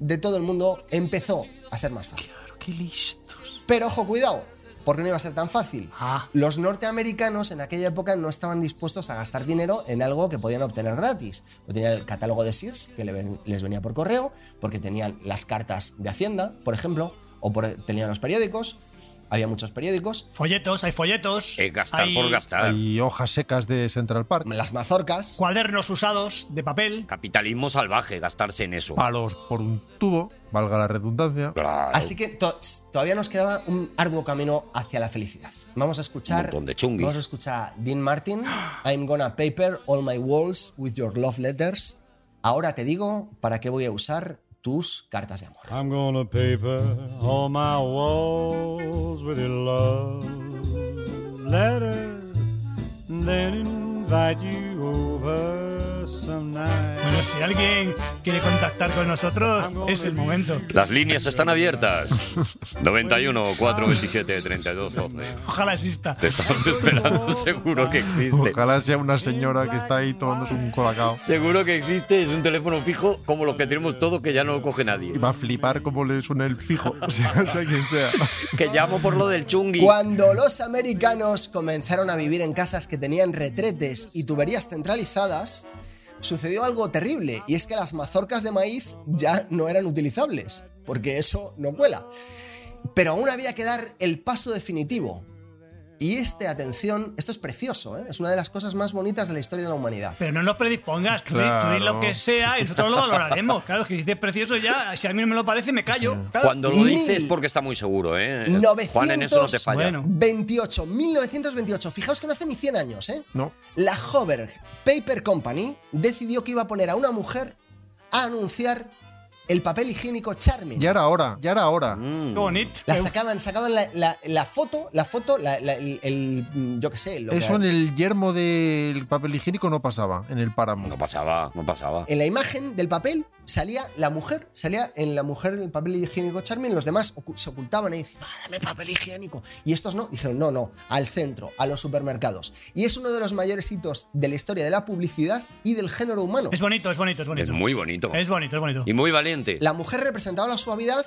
Speaker 2: de todo el mundo empezó a ser más fácil.
Speaker 5: Qué listos.
Speaker 2: Pero ojo, cuidado, porque no iba a ser tan fácil.
Speaker 3: Ah.
Speaker 2: Los norteamericanos en aquella época no estaban dispuestos a gastar dinero en algo que podían obtener gratis. Porque tenían el catálogo de Sears, que le ven- les venía por correo, porque tenían las cartas de Hacienda, por ejemplo, o por- tenían los periódicos. había muchos periódicos.
Speaker 3: Folletos, hay folletos.
Speaker 1: Eh, gastar
Speaker 3: hay
Speaker 1: por gastar.
Speaker 4: Y hojas secas de Central Park.
Speaker 2: Las mazorcas.
Speaker 3: Cuadernos usados de papel.
Speaker 1: Capitalismo salvaje, gastarse en eso.
Speaker 4: Palos por un tubo, valga la redundancia.
Speaker 1: Claro.
Speaker 2: Así que to- todavía nos quedaba un arduo camino hacia la felicidad. Vamos
Speaker 1: un
Speaker 2: a escuchar.
Speaker 1: montón de chunguis.
Speaker 2: Vamos a escuchar a Dean Martin. I'm gonna paper all my walls with your love letters. Ahora te digo para qué voy a usar tus cartas de amor.
Speaker 9: I'm gonna paper all my walls with your love letters, then invite you over some night.
Speaker 3: Bueno, si alguien quiere contactar con nosotros, es el momento.
Speaker 1: Las líneas están abiertas. 91 427 32 12.
Speaker 3: Ojalá exista.
Speaker 1: Te estamos esperando, seguro que existe.
Speaker 4: Ojalá sea una señora que está ahí tomándose un colacao.
Speaker 1: Seguro que existe, es un teléfono fijo como los que tenemos todos que ya no lo coge nadie.
Speaker 4: Y va a flipar como le suena el fijo, sea, sea quien sea.
Speaker 1: Que llamo por lo del chungui.
Speaker 2: Cuando los americanos comenzaron a vivir en casas que tenían retretes y tuberías centralizadas, sucedió algo terrible, y es que las mazorcas de maíz ya no eran utilizables, porque eso no cuela. Pero aún había que dar el paso definitivo. Y este, atención, esto es precioso, ¿eh? es una de las cosas más bonitas de la historia de la humanidad.
Speaker 3: Pero no nos predispongas, tú, di- tú di lo
Speaker 4: Claro.
Speaker 3: que sea y nosotros lo valoraremos. Claro, que si dices precioso ya, si a mí no me lo parece, me callo. Claro.
Speaker 1: Cuando lo dices es porque está muy seguro, ¿eh? Juan en eso no te falla.
Speaker 2: 1928, 1928, fijaos que no hace ni 100 años, ¿eh?
Speaker 4: No.
Speaker 2: La Hover Paper Company decidió que iba a poner a una mujer a anunciar el papel higiénico Charmin.
Speaker 4: Ya era hora, ya era hora.
Speaker 3: Qué bonito.
Speaker 2: La sacaban, sacaban la, la- la foto, la foto, la- la- el, el- mm, yo qué sé, lo que-
Speaker 4: Eso en el yermo del papel higiénico no pasaba, en el páramo.
Speaker 1: No pasaba, no pasaba.
Speaker 2: en la imagen del papel salía la mujer, salía en la mujer del papel higiénico Charmin, los demás ocu- se ocultaban y decían, "Ah, dame papel higiénico. Y estos no, dijeron, no, no, al centro, a los supermercados. Y es uno de los mayores hitos de la historia de la publicidad y del género humano.
Speaker 3: Es bonito, es bonito, es bonito.
Speaker 1: Es muy bonito.
Speaker 3: Es bonito, es bonito.
Speaker 1: Y muy valiente.
Speaker 2: La mujer representaba la suavidad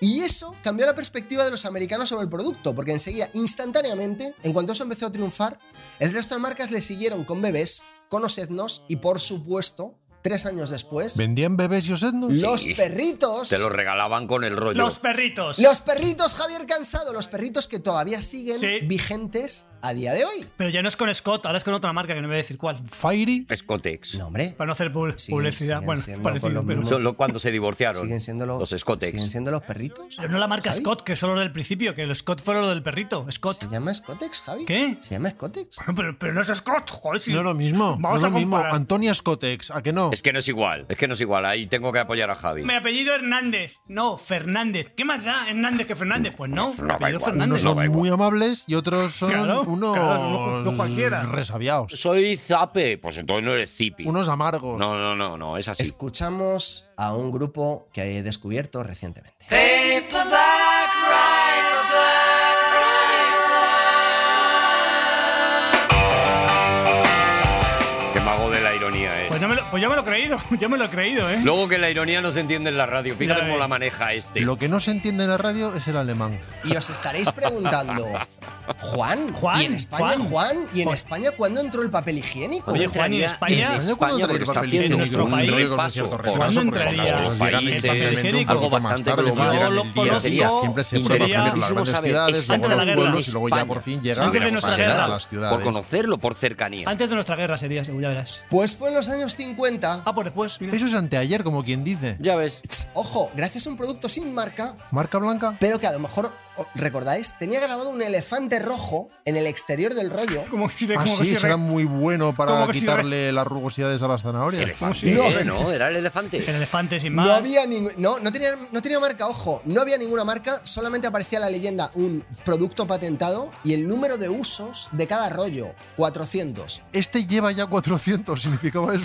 Speaker 2: y eso cambió la perspectiva de los americanos sobre el producto, porque enseguida, instantáneamente, en cuanto eso empezó a triunfar, el resto de marcas le siguieron con bebés, con osednos y, por supuesto, tres años después,
Speaker 4: ¿Vendían bebés y osednos?
Speaker 2: los perritos.
Speaker 1: Te lo regalaban con el rollo.
Speaker 3: Los perritos.
Speaker 2: Los perritos, Javier Cansado, los perritos que todavía siguen
Speaker 3: Sí.
Speaker 2: vigentes a día de hoy.
Speaker 3: Pero ya no es con Scott, ahora es con otra marca que no voy a decir cuál.
Speaker 4: Fiery.
Speaker 1: Escotex.
Speaker 2: No, hombre.
Speaker 3: Para no hacer pub-
Speaker 2: Sí,
Speaker 3: publicidad.
Speaker 2: siguen
Speaker 3: Bueno,
Speaker 2: siendo con
Speaker 3: parecido,
Speaker 2: lo
Speaker 3: pero.
Speaker 2: mismo.
Speaker 1: Son los cuando se divorciaron.
Speaker 2: Siguen siendo los,
Speaker 1: Los Scotex.
Speaker 2: siguen siendo los perritos.
Speaker 3: Pero no la marca
Speaker 2: Javi,
Speaker 3: Scott, que son los del principio, que el Scott fue lo del perrito. Scott.
Speaker 2: ¿Se llama Scotex, Javi?
Speaker 3: ¿Qué?
Speaker 2: ¿Se llama Scotex?
Speaker 3: Bueno, pero, pero no es Scott, joder, sí.
Speaker 4: No es lo mismo.
Speaker 3: Vamos
Speaker 4: no
Speaker 3: a
Speaker 4: es lo mismo.
Speaker 3: comparar.
Speaker 4: Antonia Scotex, ¿a que no?
Speaker 1: Es que no es igual, es que no es igual. Ahí tengo que apoyar a Javi.
Speaker 3: Mi apellido Hernández. No, Fernández. ¿Qué más da Hernández que Fernández? Pues no,
Speaker 1: No
Speaker 3: mi
Speaker 1: da
Speaker 3: apellido
Speaker 1: igual,
Speaker 3: Fernández.
Speaker 4: Unos
Speaker 1: no
Speaker 4: son
Speaker 1: da igual.
Speaker 4: muy amables y otros son
Speaker 3: Claro,
Speaker 4: unos
Speaker 3: claro, son lo- lo cualquiera.
Speaker 4: resabiados.
Speaker 1: Soy Zape. Pues entonces no eres Zipi.
Speaker 4: Unos amargos.
Speaker 1: No, no, no, no, es así.
Speaker 2: Escuchamos a un grupo que he descubierto recientemente.
Speaker 6: Paperback
Speaker 1: Qué mago de la ironía es.
Speaker 3: Pues, no me lo- pues yo me lo he creído, yo me lo he creído, ¿eh?
Speaker 1: Luego que la ironía no se entiende en la radio. Fíjate
Speaker 3: Ya
Speaker 1: cómo
Speaker 3: ves.
Speaker 1: la maneja este.
Speaker 4: eh. Lo que no se entiende en la radio es el alemán.
Speaker 2: Y os estaréis preguntando, Juan,
Speaker 3: Juan,
Speaker 2: ¿y en España,
Speaker 3: Juan?
Speaker 2: Juan, y en España cuándo entró el papel higiénico?
Speaker 3: Oye, Juan, ¿y en España?
Speaker 4: ¿En España cuándo
Speaker 1: España
Speaker 4: entra
Speaker 1: porque
Speaker 4: el
Speaker 1: está
Speaker 4: papel
Speaker 1: haciendo
Speaker 3: higiénico?
Speaker 1: un
Speaker 3: En nuestro país.
Speaker 1: repaso por
Speaker 3: ¿Cuándo
Speaker 1: otros
Speaker 3: entraría
Speaker 1: países,
Speaker 3: el papel higiénico?
Speaker 1: algo bastante
Speaker 4: Tarde,
Speaker 1: global.
Speaker 3: Yo
Speaker 4: llegan
Speaker 3: lo
Speaker 4: el día,
Speaker 3: conozco,
Speaker 4: sería, siempre se
Speaker 3: sería-
Speaker 4: prueba primero las
Speaker 1: Quisiéramos
Speaker 4: grandes
Speaker 1: saber
Speaker 4: ciudades, luego
Speaker 1: exacto
Speaker 3: de
Speaker 4: los
Speaker 3: la
Speaker 4: pueblos
Speaker 3: guerra.
Speaker 4: y luego ya por fin llegan
Speaker 3: Antes de nuestra guerra.
Speaker 4: a las
Speaker 1: Por
Speaker 4: ciudades.
Speaker 1: conocerlo, por cercanía.
Speaker 3: Antes de nuestra guerra sería, seguro, ya verás.
Speaker 2: Pues fue en los años 50.
Speaker 3: Ah, pues después, mira.
Speaker 4: Eso es anteayer, como quien dice.
Speaker 1: Ya ves.
Speaker 2: Tss, Ojo, gracias a un producto sin marca,
Speaker 4: Marca blanca.
Speaker 2: pero que a lo mejor o- recordáis, tenía grabado un elefante rojo en el exterior del rollo.
Speaker 3: Como, que-
Speaker 4: Ah,
Speaker 3: como que
Speaker 4: sí,
Speaker 3: si
Speaker 4: será
Speaker 3: re-
Speaker 4: muy bueno para
Speaker 3: como que si
Speaker 4: quitarle las rugosidades a las zanahorias.
Speaker 1: Elefante,
Speaker 2: No.
Speaker 1: ¿eh? ¿no? Era el elefante.
Speaker 3: El elefante sin más.
Speaker 2: No había ningún. No, no tenía, no tenía marca, ojo. No había ninguna marca, solamente aparecía la leyenda un producto patentado y el número de usos de cada rollo, 400.
Speaker 4: Este lleva ya 400, significaba eso.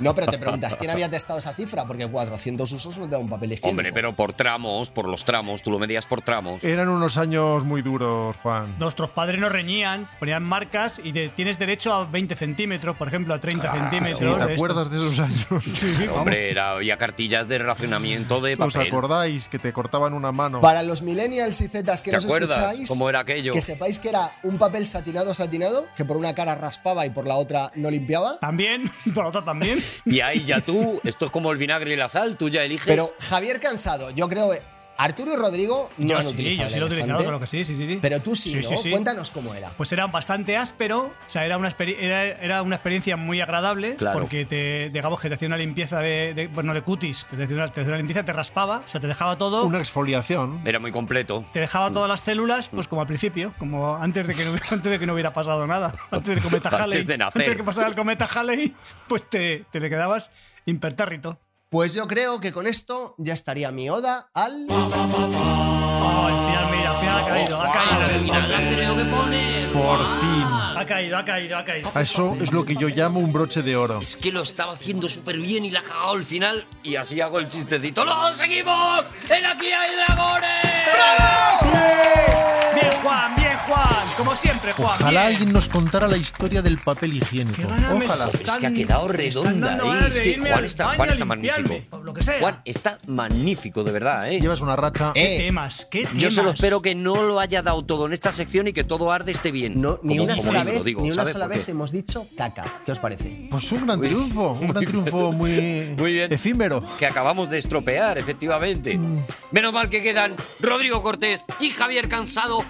Speaker 2: No, pero te preguntas, ¿quién había testado esa cifra? Porque 400 usos no te da un papel higiénico.
Speaker 1: Hombre, pero por tramos, por los tramos, tú lo medías por tramos.
Speaker 4: Eran unos años muy duros, Juan.
Speaker 3: Nuestros padres nos reñían, ponían marcas y te- tienes derecho a 20 centímetros, por ejemplo, a 30
Speaker 2: Ah,
Speaker 3: centímetros.
Speaker 4: Sí,
Speaker 3: de
Speaker 4: ¿Te acuerdas de esos años?
Speaker 1: Hombre, era, había cartillas de racionamiento de
Speaker 4: ¿Os
Speaker 1: papel.
Speaker 4: acordáis que te cortaban una mano?
Speaker 2: Para los millennials y zetas que
Speaker 1: ¿Te
Speaker 2: nos
Speaker 1: acuerdas
Speaker 2: escucháis,
Speaker 1: cómo era aquello?
Speaker 2: que sepáis que era un papel satinado, satinado, que por una cara raspaba y por la otra no limpiaba.
Speaker 3: esto. También, por otra también.
Speaker 1: Y ahí ya tú, esto es como el vinagre y la sal, tú ya eliges.
Speaker 2: Pero Javier Cansado, yo creo Arturo y Rodrigo no
Speaker 3: yo
Speaker 2: han
Speaker 3: sí,
Speaker 2: utilizado
Speaker 3: yo sí
Speaker 2: el
Speaker 3: lo he utilizado,
Speaker 2: elefante.
Speaker 3: claro que sí, sí, sí. sí.
Speaker 2: Pero tú sí,
Speaker 3: Sí,
Speaker 2: ¿no?
Speaker 3: sí, sí.
Speaker 2: Cuéntanos cómo era.
Speaker 3: Pues era bastante áspero, o sea, era una, experi- era, era una experiencia muy agradable,
Speaker 2: Claro.
Speaker 3: porque te, digamos que te hacía una limpieza de, de- bueno, de cutis, pero te hacía, una, te hacía una limpieza, te raspaba, o sea, te dejaba todo,
Speaker 4: Una exfoliación.
Speaker 1: Era muy completo.
Speaker 3: te dejaba todas
Speaker 1: Mm.
Speaker 3: las células, pues como al principio, como antes de que no, hubiera- antes de que no hubiera pasado nada, antes del cometa
Speaker 1: Antes
Speaker 3: Halley.
Speaker 1: de nacer.
Speaker 3: que pasara el cometa Halley, pues te, te le quedabas impertérrito.
Speaker 2: Pues yo creo que con esto ya estaría mi oda al.
Speaker 3: Ah, Oh, al final, mira, al final ha caído, ha caído.
Speaker 10: creo que pone.
Speaker 4: Por fin.
Speaker 3: Ha caído, ha caído, ha caído.
Speaker 4: A Eso es lo que yo llamo un broche de oro.
Speaker 1: Es que lo estaba haciendo súper bien y la ha cagado al final. Y así hago el chistecito. ¡Lo conseguimos! ¡En aquí hay dragones!
Speaker 3: Bien, Juan, bien, Juan. Como siempre, Juan.
Speaker 4: Ojalá
Speaker 3: bien.
Speaker 4: alguien nos contara la historia del papel higiénico.
Speaker 3: ganas me
Speaker 4: Ojalá.
Speaker 3: están-
Speaker 1: Es que ha quedado
Speaker 3: me están
Speaker 1: redonda,
Speaker 3: dando
Speaker 1: ¿eh?
Speaker 3: ganas
Speaker 1: Es
Speaker 3: de
Speaker 1: que
Speaker 3: irme
Speaker 1: Juan
Speaker 3: al
Speaker 1: está,
Speaker 3: baño
Speaker 1: Juan
Speaker 3: a
Speaker 1: está
Speaker 3: limpiarme,
Speaker 1: magnífico.
Speaker 3: o lo que sea.
Speaker 1: Juan eh, está magnífico, de verdad, ¿eh?
Speaker 4: Llevas una racha.
Speaker 3: ¿Qué
Speaker 2: Eh,
Speaker 3: temas? ¿Qué temas?
Speaker 1: Yo solo espero que no lo haya dado todo en esta sección y que todo arde esté bien.
Speaker 2: No, ni
Speaker 1: Como-
Speaker 2: una
Speaker 1: como
Speaker 2: sola
Speaker 1: libro,
Speaker 2: vez,
Speaker 1: digo,
Speaker 2: ni una
Speaker 1: ¿sabes?
Speaker 2: sola
Speaker 1: Porque
Speaker 2: vez hemos dicho caca. ¿Qué os parece?
Speaker 4: Pues un gran triunfo, un gran triunfo muy,
Speaker 1: Muy bien.
Speaker 4: efímero.
Speaker 1: Que acabamos de estropear, efectivamente. Menos mal que quedan Rodrigo Cortés y Javier Cansado,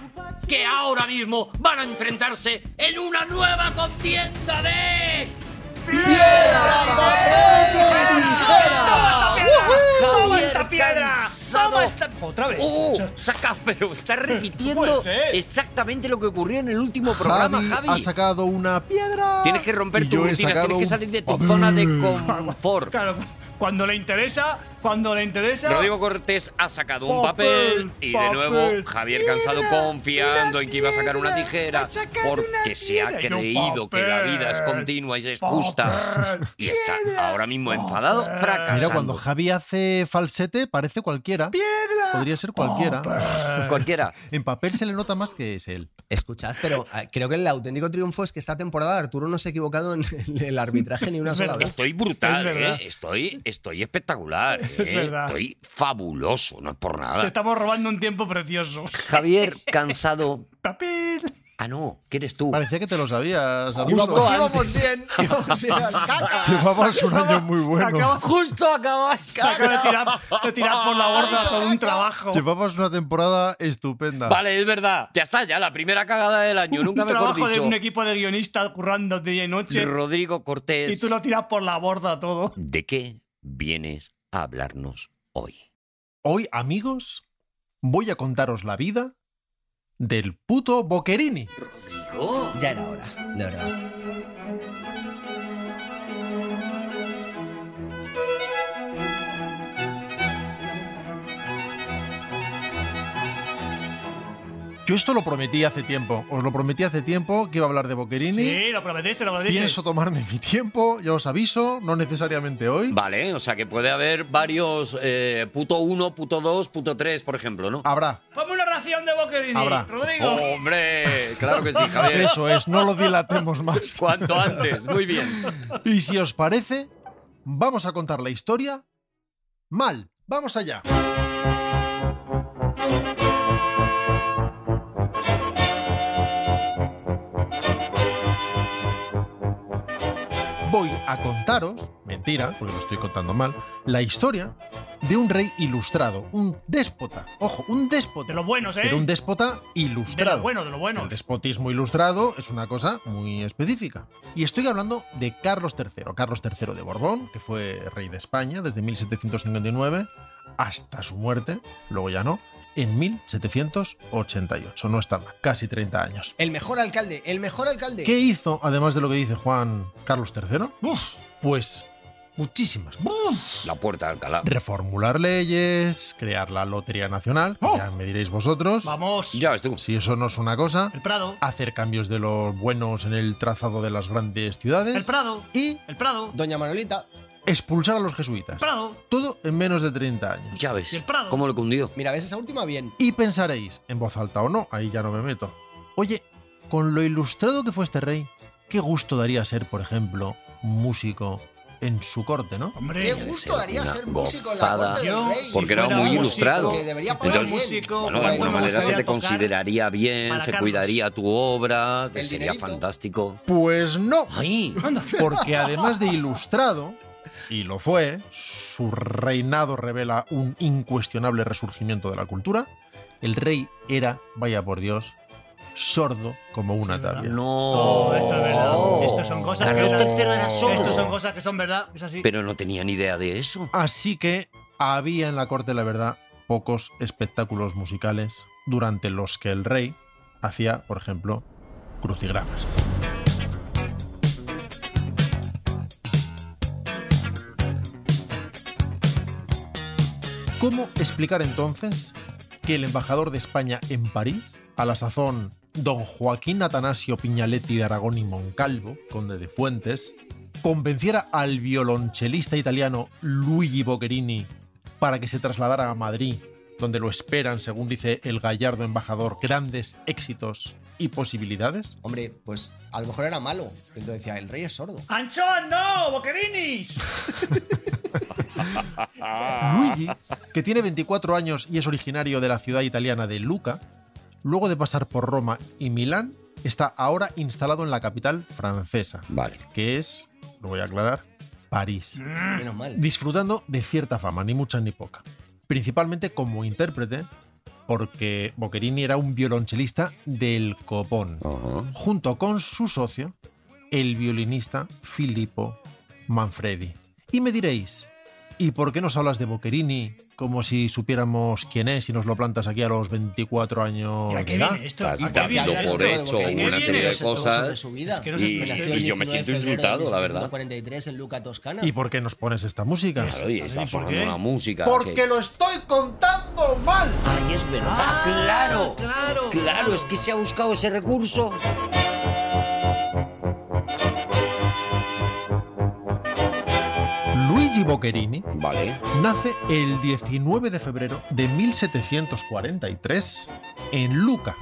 Speaker 1: que ahora mismo van a enfrentarse en una nueva contienda de.
Speaker 3: ¡Toma esta piedra! ¡Toma
Speaker 1: Javier
Speaker 3: esta piedra!
Speaker 1: Cansado.
Speaker 3: ¡Toma esta ¡Otra vez!
Speaker 1: ¡Oh! Saca, pero está repitiendo
Speaker 3: Puede ser.
Speaker 1: exactamente lo que ocurrió en el último programa,
Speaker 4: Javi,
Speaker 1: Javi.
Speaker 4: ha sacado una piedra.
Speaker 1: Tienes que romper
Speaker 4: Y
Speaker 1: tu
Speaker 4: yo he
Speaker 1: rutina,
Speaker 4: sacado
Speaker 1: tienes que
Speaker 4: un
Speaker 1: salir de tu
Speaker 4: papel.
Speaker 1: zona de confort.
Speaker 3: Claro, cuando le interesa, cuando le interesa.
Speaker 1: Rodrigo Cortés ha sacado un
Speaker 3: Papel,
Speaker 1: papel, y de nuevo
Speaker 3: papel.
Speaker 1: Javier Cansado confiando en que iba a sacar una tijera porque se ha
Speaker 3: piedra. Y un
Speaker 1: creído que la vida es
Speaker 3: papel,
Speaker 1: continua y es
Speaker 3: papel,
Speaker 1: justa y está ahora mismo enfadado,
Speaker 4: Mira, cuando
Speaker 1: fracasando.
Speaker 4: Javi hace falsete, parece cualquiera.
Speaker 3: ¡Piedra! Oh, pues.
Speaker 4: Podría ser cualquiera.
Speaker 1: Cualquiera.
Speaker 4: En papel se le nota más que es él.
Speaker 2: Escuchad, pero eh, creo que el auténtico triunfo es que esta temporada Arturo no se ha equivocado en el arbitraje ni una sola vez.
Speaker 1: Estoy
Speaker 3: Es
Speaker 1: brutal,
Speaker 3: verdad.
Speaker 1: ¿eh? estoy, estoy espectacular, ¿eh?
Speaker 3: verdad.
Speaker 1: estoy fabuloso, no es por
Speaker 3: Te
Speaker 1: nada.
Speaker 3: estamos robando un tiempo precioso.
Speaker 1: Javier Cansado,
Speaker 3: Papel.
Speaker 1: ah no, ¿qué eres tú?
Speaker 4: Parecía que te lo sabías. Arturo.
Speaker 2: Íbamos, íbamos bien, íbamos bien al caca.
Speaker 4: Llevabas un año muy bueno.
Speaker 3: Acabas
Speaker 1: Justo acabáis.
Speaker 3: de tirar, de tirar por la borda por un trabajo.
Speaker 4: Llevabas una temporada estupenda.
Speaker 1: Vale, es verdad. Ya está, ya la primera cagada del año, nunca
Speaker 3: un
Speaker 1: mejor
Speaker 3: trabajo de
Speaker 1: dicho.
Speaker 3: un equipo de guionistas currando día y noche.
Speaker 1: Rodrigo Cortés.
Speaker 3: Y tú lo tiras por la borda todo.
Speaker 1: ¿De qué vienes a hablarnos hoy?
Speaker 4: Hoy, amigos, voy a contaros la vida del puto Boquerini.
Speaker 1: Rodrigo.
Speaker 2: Ya era hora, de verdad.
Speaker 4: Yo esto lo prometí hace tiempo. Os lo prometí hace tiempo que iba a hablar de Boquerini.
Speaker 3: Sí, lo prometiste, lo prometiste.
Speaker 4: Pienso tomarme mi tiempo, ya os aviso, no necesariamente hoy.
Speaker 1: Vale, o sea que puede haber varios eh, puto 1, puto 2, puto 3, por ejemplo, ¿no?
Speaker 4: Habrá.
Speaker 3: Ponme una ración de Boquerini,
Speaker 4: Habrá.
Speaker 3: Rodrigo.
Speaker 1: Oh. ¡Hombre! Claro que sí, Javier.
Speaker 4: Eso es, no lo dilatemos más.
Speaker 1: Cuanto antes, muy bien.
Speaker 4: Y si os parece, vamos a contar la historia mal. Vamos allá. Voy a contaros, mentira, porque lo estoy contando mal, la historia de un rey ilustrado, un déspota. Ojo, un déspota.
Speaker 3: De los buenos, ¿eh?
Speaker 4: Pero un déspota
Speaker 3: de
Speaker 4: ilustrado.
Speaker 3: lo bueno, de lo bueno.
Speaker 4: El despotismo ilustrado es una cosa muy específica. Y estoy hablando de Carlos III, Carlos III de Borbón, que fue rey de España desde 1759 hasta su muerte, luego ya no, en 1788. No está mal, casi 30 años.
Speaker 2: El mejor alcalde, el mejor alcalde.
Speaker 4: ¿Qué hizo, además de lo que dice Juan Carlos III? Uf, pues muchísimas. Uf.
Speaker 1: La puerta de Alcalá.
Speaker 4: Reformular leyes, crear la Lotería Nacional, que
Speaker 3: Oh.
Speaker 4: ya me diréis vosotros.
Speaker 3: Vamos.
Speaker 1: Ya ves tú.
Speaker 4: Si eso no es una cosa,
Speaker 3: El Prado.
Speaker 4: hacer cambios de los buenos en el trazado de las grandes
Speaker 3: El
Speaker 4: ciudades
Speaker 3: Prado.
Speaker 4: y
Speaker 3: El Prado.
Speaker 2: Doña Manolita.
Speaker 4: expulsar a los
Speaker 3: El
Speaker 4: jesuitas.
Speaker 3: Prado.
Speaker 4: Todo en menos de 30 años.
Speaker 1: Ya
Speaker 3: ¿Y
Speaker 1: ves.
Speaker 3: el Prado?
Speaker 1: ¿Cómo lo cundió?
Speaker 2: Mira, ves esa última bien.
Speaker 4: Y pensaréis, en voz alta o no, ahí ya no me meto. Oye, con lo ilustrado que fue este rey, qué gusto daría ser, por ejemplo, músico en su corte, ¿no?
Speaker 2: Qué
Speaker 3: Hombre.
Speaker 2: gusto
Speaker 1: ser
Speaker 2: daría
Speaker 1: una
Speaker 2: ser músico en la
Speaker 1: gozada.
Speaker 2: corte del
Speaker 3: Yo,
Speaker 2: rey.
Speaker 1: Porque era
Speaker 3: fuera
Speaker 1: muy
Speaker 3: músico,
Speaker 1: ilustrado.
Speaker 2: que debería poner
Speaker 1: Entonces,
Speaker 2: bien.
Speaker 1: bueno, de alguna
Speaker 2: Bueno,
Speaker 1: manera se te
Speaker 2: tocar
Speaker 1: consideraría bien,
Speaker 3: para
Speaker 1: se
Speaker 3: Carlos.
Speaker 1: cuidaría tu obra,
Speaker 2: El
Speaker 1: sería
Speaker 2: dinerito.
Speaker 1: fantástico.
Speaker 4: Pues no,
Speaker 1: ¡Ay!
Speaker 4: porque además de ilustrado, y lo fue, su reinado revela un incuestionable resurgimiento de la cultura. El rey era, vaya por Dios, sordo como una tabla.
Speaker 3: esto Oh,
Speaker 1: No,
Speaker 3: es verdad. Estas son cosas
Speaker 1: Carlos
Speaker 3: que eran-
Speaker 1: III era sordo.
Speaker 3: Estos son cosas que son verdad. Es así.
Speaker 1: Pero no tenía ni idea de eso.
Speaker 4: Así que había en la corte, la verdad, pocos espectáculos musicales durante los que el rey hacía, por ejemplo, crucigramas. ¿Cómo explicar entonces que el embajador de España en París, a la sazón don Joaquín Atanasio Piñaletti de Aragón y Moncalvo, conde de Fuentes, convenciera al violonchelista italiano Luigi Boccherini para que se trasladara a Madrid, donde lo esperan, según dice el gallardo embajador, grandes éxitos y posibilidades?
Speaker 2: Hombre, pues a lo mejor era malo. Entonces decía, el rey es sordo.
Speaker 3: ¡Anchón, no! ¡Boquerinis!
Speaker 4: Luigi, que tiene 24 años y es originario de la ciudad italiana de Luca, luego de pasar por Roma y Milán, está ahora instalado en la capital francesa.
Speaker 1: Vale.
Speaker 4: Que es, lo voy a aclarar, París.
Speaker 2: Menos mal.
Speaker 4: Disfrutando de cierta fama, ni mucha ni poca. Principalmente como intérprete, porque Boccherini era un violonchelista del copón, junto con su socio, el violinista Filippo Manfredi. Y me diréis, ¿y por qué nos hablas de Boccherini como si supiéramos quién es y nos lo plantas aquí a los 24 años?
Speaker 3: ¿Y a qué
Speaker 4: de edad?
Speaker 3: viene esto?
Speaker 1: Estás
Speaker 3: ¿A qué viene
Speaker 1: dando
Speaker 3: esto?
Speaker 1: por hecho
Speaker 3: ¿A qué
Speaker 1: una
Speaker 3: viene
Speaker 1: serie de
Speaker 3: esto?
Speaker 1: cosas
Speaker 3: Es que no se
Speaker 1: y-
Speaker 3: espera.
Speaker 1: y yo me siento insultado, la verdad.
Speaker 2: 43 en Luca Toscana.
Speaker 4: ¿Y por qué nos pones esta música?
Speaker 1: Claro, y está sonando una música. que-
Speaker 4: lo estoy contando mal.
Speaker 1: Ay, es verdad. Ah, claro,
Speaker 3: claro.
Speaker 1: Claro, es que se ha buscado ese recurso.
Speaker 4: Luigi Boccherini
Speaker 1: Vale.
Speaker 4: nace el 19 de febrero de 1743 en Luca,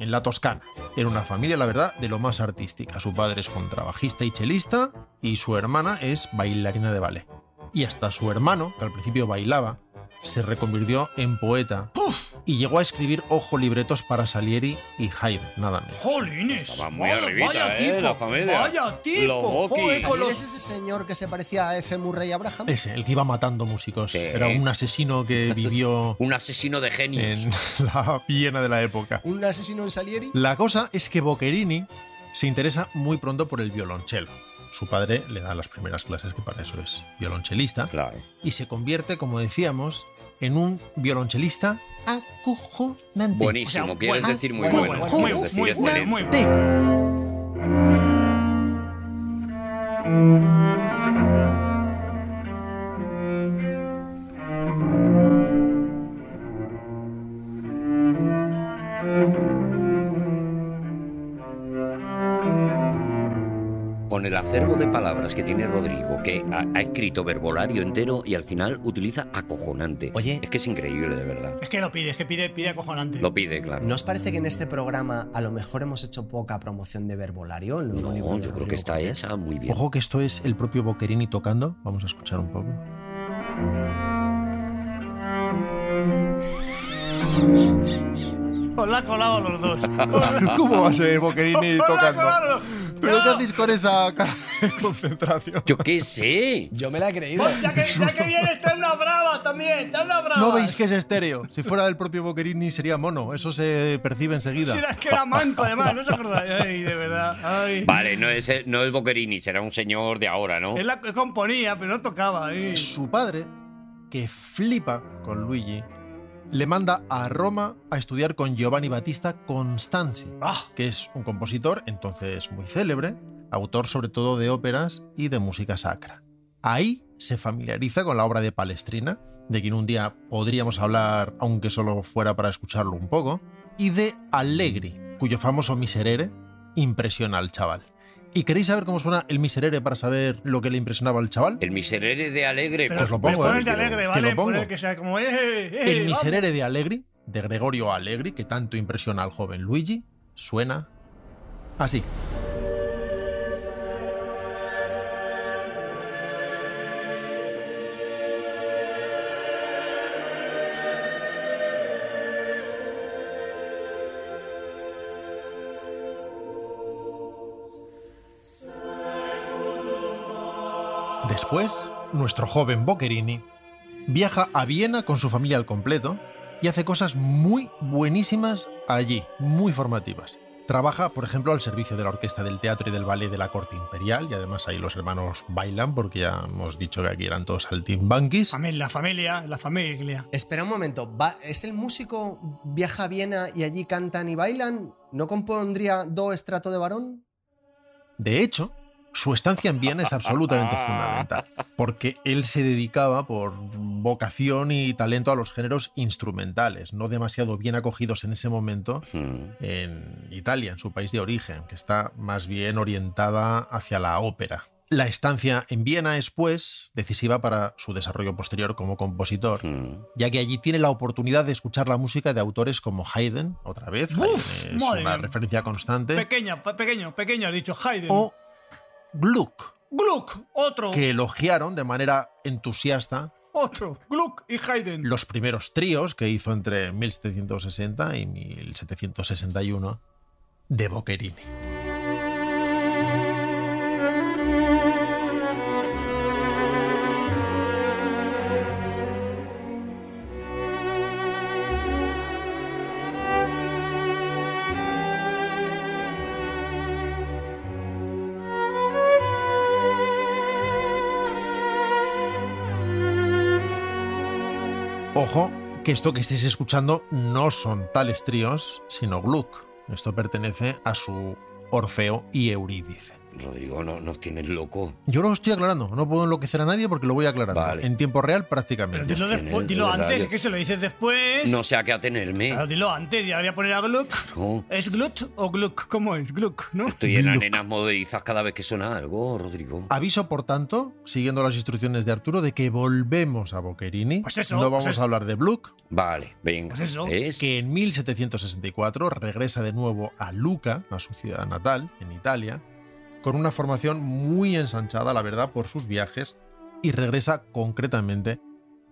Speaker 4: en la Toscana. Era una familia, la verdad, de lo más artística. Su padre es contrabajista y chelista y su hermana es bailarina de ballet. Y hasta su hermano, que al principio bailaba, se reconvirtió en poeta y llegó a escribir ojo libretos para Salieri y Haydn, nada menos.
Speaker 3: ¡Jolines!
Speaker 1: Estaba muy
Speaker 3: vaya-
Speaker 1: arribita,
Speaker 3: vaya
Speaker 1: eh,
Speaker 3: tipo,
Speaker 1: la familia.
Speaker 3: ¡Vaya tipo!
Speaker 1: Los Boquis.
Speaker 3: joder, con
Speaker 2: ¿Quién
Speaker 3: los-
Speaker 2: es ese señor que se parecía a F. Murray Abraham?
Speaker 4: Ese, el que iba matando músicos.
Speaker 1: Sí.
Speaker 4: Era un asesino que vivió
Speaker 1: Un asesino de genios.
Speaker 4: en la Viena de la época.
Speaker 2: ¿Un asesino en Salieri?
Speaker 4: La cosa es que Boccherini se interesa muy pronto por el violonchelo. Su padre le da las primeras clases, que para eso es violonchelista,
Speaker 1: Claro.
Speaker 4: y se convierte, como decíamos, en un violonchelista acojonante.
Speaker 1: Buenísimo,
Speaker 3: O sea,
Speaker 1: quieres
Speaker 3: bueno,
Speaker 1: decir muy
Speaker 2: bueno,
Speaker 1: bueno.
Speaker 2: bueno,
Speaker 1: quieres
Speaker 2: muy
Speaker 1: decir este.
Speaker 3: bueno, muy
Speaker 1: excelente.
Speaker 4: Sí.
Speaker 1: Con el acervo de palabras que tiene Rodrigo, que ha, ha escrito verbolario entero y al final utiliza acojonante.
Speaker 2: Oye.
Speaker 1: Es que es increíble, de verdad.
Speaker 3: Es que lo pide, es que pide, pide acojonante.
Speaker 1: Lo pide, claro.
Speaker 2: ¿No os parece que en este programa a lo mejor hemos hecho poca promoción de Verbolario? El nuevo
Speaker 1: No,
Speaker 2: libro de
Speaker 1: yo creo
Speaker 2: Rodrigo
Speaker 1: que está
Speaker 2: Cortés?
Speaker 1: esa muy bien.
Speaker 4: Ojo que esto es el propio Boccherini tocando. Vamos a escuchar un poco.
Speaker 3: Os la ha colado a los dos.
Speaker 4: ¿Cómo va a ser
Speaker 3: Os
Speaker 4: Boccherini
Speaker 3: la ha
Speaker 4: tocando?
Speaker 3: colado a los dos.
Speaker 4: ¿Pero qué
Speaker 3: No.
Speaker 4: hacéis con esa cara de concentración?
Speaker 1: Yo qué sé.
Speaker 2: Yo me la he creído.
Speaker 3: Pues ya, que, ya que viene, está una brava también. Está una brava.
Speaker 4: No veis que es estéreo. Si fuera del propio Boccherini sería mono. Eso se percibe enseguida.
Speaker 3: Será que era manco, además, no se acordáis. Ay, de verdad. Ay.
Speaker 1: Vale, no es, eh, no es Boquerini, será un señor de ahora, ¿no?
Speaker 3: Él la componía, pero no tocaba. ay.
Speaker 4: Su padre, que flipa con Luigi, le manda a Roma a estudiar con Giovanni Battista Constanzi,
Speaker 3: Ah,
Speaker 4: que es un compositor entonces muy célebre, autor sobre todo de óperas y de música sacra. Ahí se familiariza con la obra de Palestrina, de quien un día podríamos hablar, aunque solo fuera para escucharlo un poco, y de Allegri, cuyo famoso Miserere impresiona al chaval. ¿Y queréis saber cómo suena el Miserere para saber lo que le impresionaba al chaval?
Speaker 1: El miserere de Alegre.
Speaker 3: pero,
Speaker 4: Pues lo
Speaker 3: pero
Speaker 4: pongo,
Speaker 3: pon
Speaker 4: eh,
Speaker 3: el de
Speaker 4: que lo- que
Speaker 3: alegre,
Speaker 4: lo
Speaker 3: ¿vale? Pon
Speaker 4: pongo.
Speaker 3: el que sea como. eh, eh, eh,
Speaker 4: El
Speaker 3: vamos.
Speaker 4: miserere de Allegri, de Gregorio Allegri, que tanto impresiona al joven Luigi, suena así. Después, nuestro joven Boccherini viaja a Viena con su familia al completo y hace cosas muy buenísimas allí, muy formativas. Trabaja, por ejemplo, al servicio de la orquesta del teatro y del ballet de la corte imperial, y además ahí los hermanos bailan, porque ya hemos dicho que aquí eran todos saltimbanquis.
Speaker 3: La familia, la familia.
Speaker 2: Espera un momento, ¿va- ¿es el músico viaja a Viena y allí cantan y bailan? ¿No compondría Do estrato de varón?
Speaker 4: De hecho, su estancia en Viena es absolutamente fundamental, porque él se dedicaba por vocación y talento a los géneros instrumentales, no demasiado bien acogidos en ese momento en Italia, en su país de origen, que está más bien orientada hacia la ópera. La estancia en Viena es, pues, decisiva para su desarrollo posterior como compositor,
Speaker 1: Hmm,
Speaker 4: ya que allí tiene la oportunidad de escuchar la música de autores como Haydn, otra vez,
Speaker 3: Uf,
Speaker 4: Haydn es
Speaker 3: madre
Speaker 4: una
Speaker 3: mía.
Speaker 4: referencia constante,
Speaker 3: Pequeña, pe- pequeño, pequeño, has dicho Haydn.
Speaker 4: o Gluck,
Speaker 3: Gluck, otro,
Speaker 4: que elogiaron de manera entusiasta
Speaker 3: otro. Gluck y Haydn.
Speaker 4: los primeros tríos que hizo entre 1760 y 1761 de Boccherini. Ojo, que esto que estáis escuchando no son tales tríos, sino Gluck. Esto pertenece a su Orfeo y Eurídice.
Speaker 1: Rodrigo, no nos tienes loco.
Speaker 4: Yo lo estoy aclarando, no puedo enloquecer a nadie porque lo voy aclarando
Speaker 1: Vale.
Speaker 4: en tiempo real prácticamente.
Speaker 3: Dilo,
Speaker 1: tiene,
Speaker 3: después-
Speaker 1: de
Speaker 3: dilo
Speaker 1: verdad,
Speaker 3: antes,
Speaker 1: yo-
Speaker 3: que se lo dices después.
Speaker 1: No sé a qué atenerme.
Speaker 3: Claro, dilo antes, ya voy a poner a Gluck.
Speaker 1: No.
Speaker 3: ¿Es Glut o Gluck? ¿Cómo es? Gluck, ¿no?
Speaker 1: Estoy en arenas movedizas cada vez que suena algo, Rodrigo.
Speaker 4: Aviso, por tanto, siguiendo las instrucciones de Arturo, de que volvemos a Boccherini.
Speaker 3: Pues eso,
Speaker 4: no
Speaker 3: pues
Speaker 4: vamos
Speaker 3: eso.
Speaker 4: a hablar de Gluck,
Speaker 1: Vale, venga.
Speaker 3: Pues eso.
Speaker 1: ¿Ves?
Speaker 4: que en 1764 regresa de nuevo a Luca, a su ciudad natal, en Italia, con una formación muy ensanchada, la verdad, por sus viajes, y regresa concretamente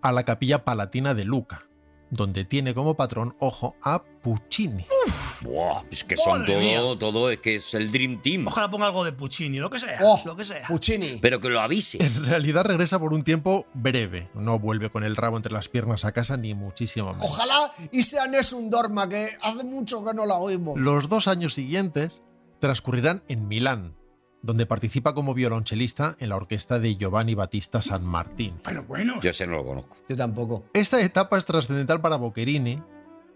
Speaker 4: a la capilla palatina de Luca, donde tiene como patrón, ojo, a Puccini.
Speaker 1: Buah, es que son
Speaker 3: Madre
Speaker 1: todo,
Speaker 3: mía.
Speaker 1: todo, es que es el Dream Team.
Speaker 3: Ojalá ponga algo de Puccini, lo que sea,
Speaker 2: Oh,
Speaker 3: lo que sea.
Speaker 2: Puccini.
Speaker 1: Pero que lo avise.
Speaker 4: En realidad regresa por un tiempo breve, no vuelve con el rabo entre las piernas a casa ni muchísimo menos.
Speaker 2: Ojalá y sea un Dorma, que hace mucho que no la oímos.
Speaker 4: Los dos años siguientes transcurrirán en Milán, donde participa como violonchelista en la orquesta de Giovanni Battista San Martín.
Speaker 3: Pero bueno,
Speaker 1: Yo ese no lo conozco.
Speaker 2: Yo tampoco.
Speaker 4: Esta etapa es trascendental para Boccherini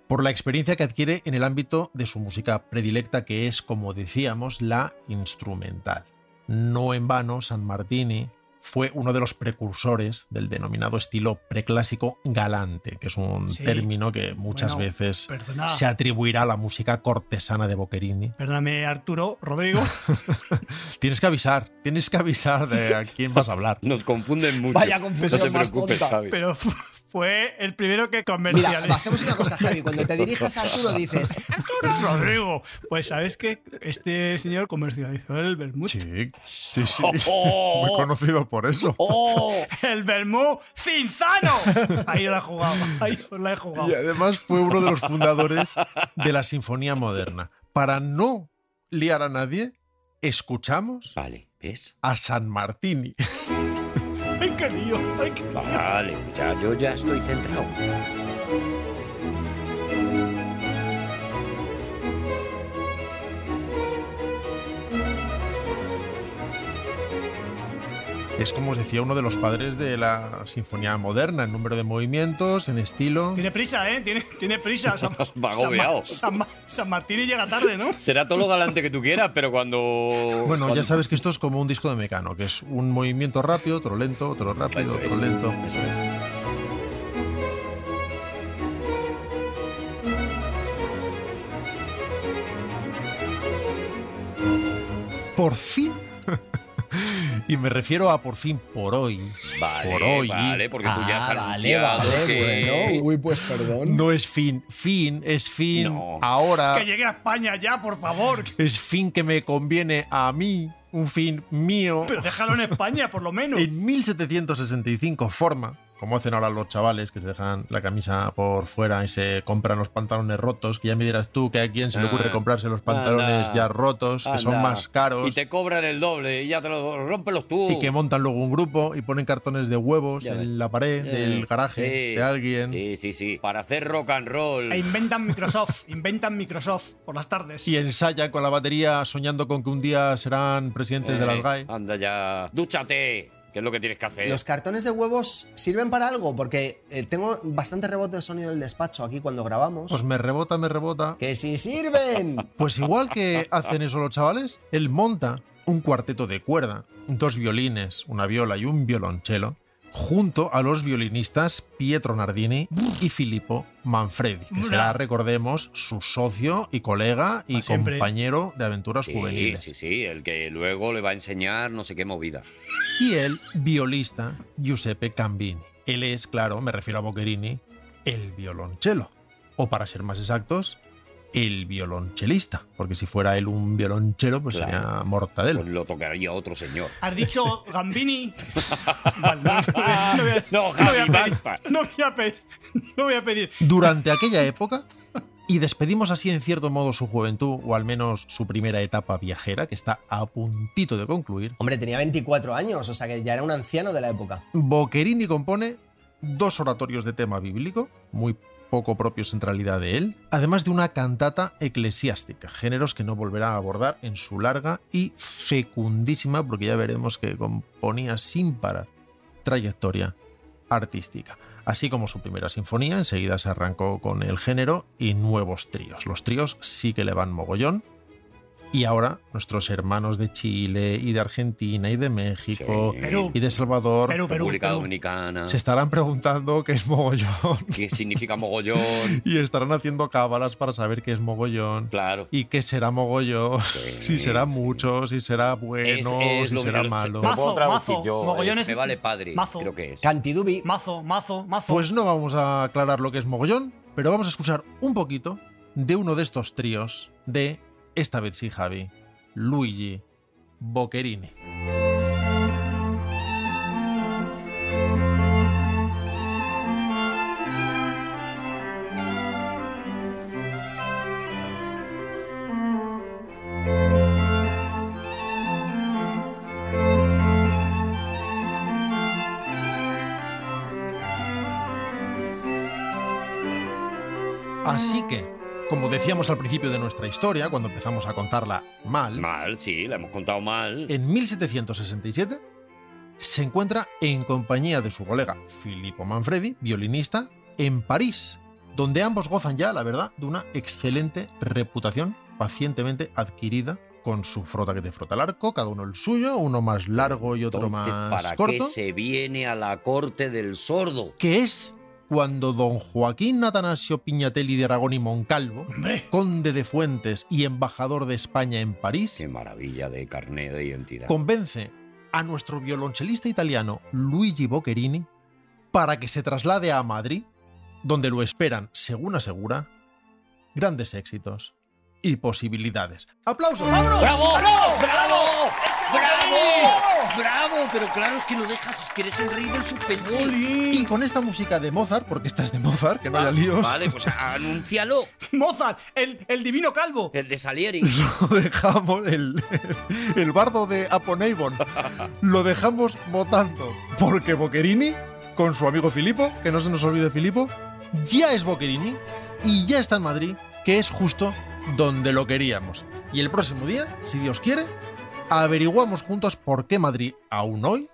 Speaker 4: por la experiencia que adquiere en el ámbito de su música predilecta, que es, como decíamos, la instrumental. No en vano, San Martini fue uno de los precursores del denominado estilo preclásico galante, que es un
Speaker 3: Sí.
Speaker 4: término que muchas
Speaker 3: Bueno,
Speaker 4: veces
Speaker 3: perdona.
Speaker 4: se atribuirá a la música cortesana de Boccherini.
Speaker 3: Perdóname, Arturo, Rodrigo.
Speaker 4: Tienes que avisar, tienes que avisar de a quién vas a hablar.
Speaker 1: Nos confunden mucho.
Speaker 2: Vaya confusión
Speaker 1: no te
Speaker 2: más
Speaker 1: preocupes,
Speaker 2: tonta.
Speaker 1: Javi.
Speaker 3: pero fu- fue el primero que
Speaker 2: Mira,
Speaker 3: comercializó.
Speaker 2: hacemos una cosa, Javi. Cuando te dirijas a Arturo dices,
Speaker 3: Rodrigo, pues sabes que este señor comercializó el vermut.
Speaker 4: Sí, sí, sí. Muy conocido por eso.
Speaker 1: ¡Oh!
Speaker 3: El vermut cinzano. Ahí la he jugado, ahí os la he jugado.
Speaker 4: Y además fue uno de los fundadores de la Sinfonía Moderna. Para no liar a nadie, escuchamos
Speaker 1: Vale, ¿ves?
Speaker 4: a San Martini.
Speaker 3: Ay, qué lío, ay, qué lío.
Speaker 1: Vale, pues ya, yo ya estoy centrado.
Speaker 4: Es como os decía, uno de los padres de la Sinfonía Moderna, en número de movimientos, en estilo.
Speaker 3: Tiene prisa, ¿eh? Tiene, tiene prisa. San,
Speaker 1: Va
Speaker 3: San-
Speaker 1: agobiado.
Speaker 3: San, San- San Martín y llega tarde, ¿no?
Speaker 1: Será todo lo galante que tú quieras, pero cuando.
Speaker 4: Bueno,
Speaker 1: cuando-
Speaker 4: ya sabes que esto es como un disco de mecano, que es un movimiento rápido, otro lento, otro rápido,
Speaker 1: Eso es,
Speaker 4: otro lento.
Speaker 1: eso es.
Speaker 4: Por fin. Y me refiero a por fin por hoy.
Speaker 1: Vale,
Speaker 4: por hoy.
Speaker 1: vale, porque tú ya has
Speaker 2: ah, vale,
Speaker 1: anunciado
Speaker 2: vale,
Speaker 1: que.
Speaker 2: bueno, uy, pues perdón.
Speaker 4: No es fin, fin, es fin
Speaker 1: No.
Speaker 4: ahora.
Speaker 3: Que llegue a España ya, por favor.
Speaker 4: es fin que me conviene a mí, un fin mío.
Speaker 3: Pero déjalo en España, por lo menos.
Speaker 4: En 1765 forma como hacen ahora los chavales que se dejan la camisa por fuera y se compran los pantalones rotos, que ya me dirás tú que a quién se le ocurre
Speaker 1: Ah.
Speaker 4: comprarse los pantalones
Speaker 1: Anda.
Speaker 4: ya rotos, que son
Speaker 1: Anda.
Speaker 4: más caros.
Speaker 1: Y te cobran el doble y ya te lo rompelos tú.
Speaker 4: Y que montan luego un grupo y ponen cartones de huevos
Speaker 1: Ya ves.
Speaker 4: en la pared
Speaker 1: Sí.
Speaker 4: del garaje
Speaker 1: Eh, Sí.
Speaker 4: de alguien.
Speaker 1: Sí, sí, sí. Para hacer rock and roll.
Speaker 3: E inventan Microsoft, inventan Microsoft por las tardes.
Speaker 4: Y ensayan con la batería soñando con que un día serán presidentes de las
Speaker 1: Eh,
Speaker 4: GAE.
Speaker 1: Anda ya. Dúchate, que es lo que tienes que hacer.
Speaker 2: Los cartones de huevos sirven para algo, porque eh, tengo bastante rebote de sonido del despacho aquí cuando grabamos.
Speaker 4: Pues me rebota, me rebota.
Speaker 2: ¡Que sí sirven!
Speaker 4: Pues igual que hacen eso los chavales, él monta un cuarteto de cuerda, dos violines, una viola y un violonchelo, junto a los violinistas Pietro Nardini y Filippo Manfredi, que será, recordemos, su socio y colega y
Speaker 3: siempre.
Speaker 4: compañero de aventuras
Speaker 1: sí,
Speaker 4: juveniles.
Speaker 1: sí, sí. El que luego le va a enseñar no sé qué movida.
Speaker 4: y el violista Giuseppe Cambini. Él es, claro, me refiero a Boccherini, el violonchelo. O para ser más exactos, el violonchelista. Porque si fuera él un violonchelo, pues
Speaker 1: Claro.
Speaker 4: sería mortadelo.
Speaker 1: Pues lo tocaría otro señor.
Speaker 3: Has dicho Gambini. Vale, no, no voy a-
Speaker 1: Ah, No,
Speaker 3: no voy a
Speaker 1: Javi,
Speaker 3: pedir-
Speaker 1: basta.
Speaker 3: no voy a pedir- no voy a pedir.
Speaker 4: Durante aquella época, y despedimos así en cierto modo su juventud, o al menos su primera etapa viajera, que está a puntito de concluir,
Speaker 2: Hombre, tenía 24 años, o sea que ya era un anciano de la época.
Speaker 4: Boccherini compone dos oratorios de tema bíblico, muy poco propios en realidad de él, además de una cantata eclesiástica, géneros que no volverá a abordar en su larga y fecundísima, porque ya veremos que componía sin parar, trayectoria artística. Así como su primera sinfonía, enseguida se arrancó con el género y nuevos tríos. Los tríos sí que le van mogollón, y ahora nuestros hermanos de Chile y de Argentina y de México
Speaker 1: Sí.
Speaker 3: Perú.
Speaker 4: y de Salvador
Speaker 3: Perú, Perú,
Speaker 1: República
Speaker 3: Perú.
Speaker 1: Dominicana.
Speaker 4: se estarán preguntando qué es mogollón
Speaker 1: ¿Qué significa mogollón?
Speaker 4: y estarán haciendo cábalas para saber qué es mogollón
Speaker 1: Claro.
Speaker 4: y qué será mogollón, si será
Speaker 1: sí.
Speaker 4: mucho, si será bueno, si será
Speaker 1: lo-
Speaker 4: malo.
Speaker 1: Lo puedo
Speaker 3: Mazo,
Speaker 1: traducir
Speaker 3: mazo,
Speaker 1: yo.
Speaker 3: mogollón
Speaker 1: es-
Speaker 3: es-
Speaker 1: me vale padre.
Speaker 3: mazo.
Speaker 1: Creo que es.
Speaker 2: Cantidubi.
Speaker 3: Mazo, mazo, mazo.
Speaker 4: Pues no vamos a aclarar lo que es mogollón, pero vamos a escuchar un poquito de uno de estos tríos de, esta vez sí Javi, Luigi Boccherini. Así que, como decíamos al principio de nuestra historia, cuando empezamos a contarla mal,
Speaker 1: Mal, sí, la hemos contado mal.
Speaker 4: en 1767 se encuentra en compañía de su colega Filippo Manfredi, violinista, en París, donde ambos gozan ya, la verdad, de una excelente reputación pacientemente adquirida con su frota que te frota el arco, cada uno el suyo, uno más largo y otro
Speaker 1: Entonces,
Speaker 4: más
Speaker 1: ¿para qué
Speaker 4: corto,
Speaker 1: se viene a la corte del sordo?
Speaker 4: que es cuando don Joaquín Atanasio Piñatelli de Aragón y Moncalvo,
Speaker 3: Hombre,
Speaker 4: conde de Fuentes y embajador de España en París,
Speaker 1: Qué maravilla de carnet de identidad.
Speaker 4: convence a nuestro violonchelista italiano Luigi Boccherini para que se traslade a Madrid, donde lo esperan, según asegura, grandes éxitos y posibilidades. ¡Aplausos!
Speaker 1: ¡Bravo! ¡Bravo! ¡Bravo! ¡Bravo! ¡Bravo! Pero claro, es que lo dejas, es que eres el rey del suspense.
Speaker 4: Y con esta música de Mozart, porque esta es de Mozart, que no haya
Speaker 1: Va-
Speaker 4: líos,
Speaker 1: Vale, pues a- anúncialo.
Speaker 3: Mozart, el, el divino calvo.
Speaker 1: El de Salieri.
Speaker 4: lo dejamos, el, el bardo de Aponebon, lo dejamos votando, porque Boccherini, con su amigo Filippo, que no se nos olvide Filippo, ya es Boccherini y ya está en Madrid, que es justo donde lo queríamos. Y el próximo día, si Dios quiere, averiguamos juntos por qué Madrid aún hoy,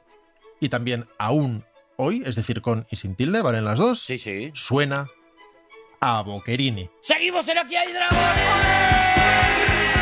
Speaker 4: y también aún hoy, es decir, con y sin tilde, valen las dos,
Speaker 1: Sí, sí.
Speaker 4: suena a Boccherini.
Speaker 1: ¡Seguimos en Aquí hay dragones!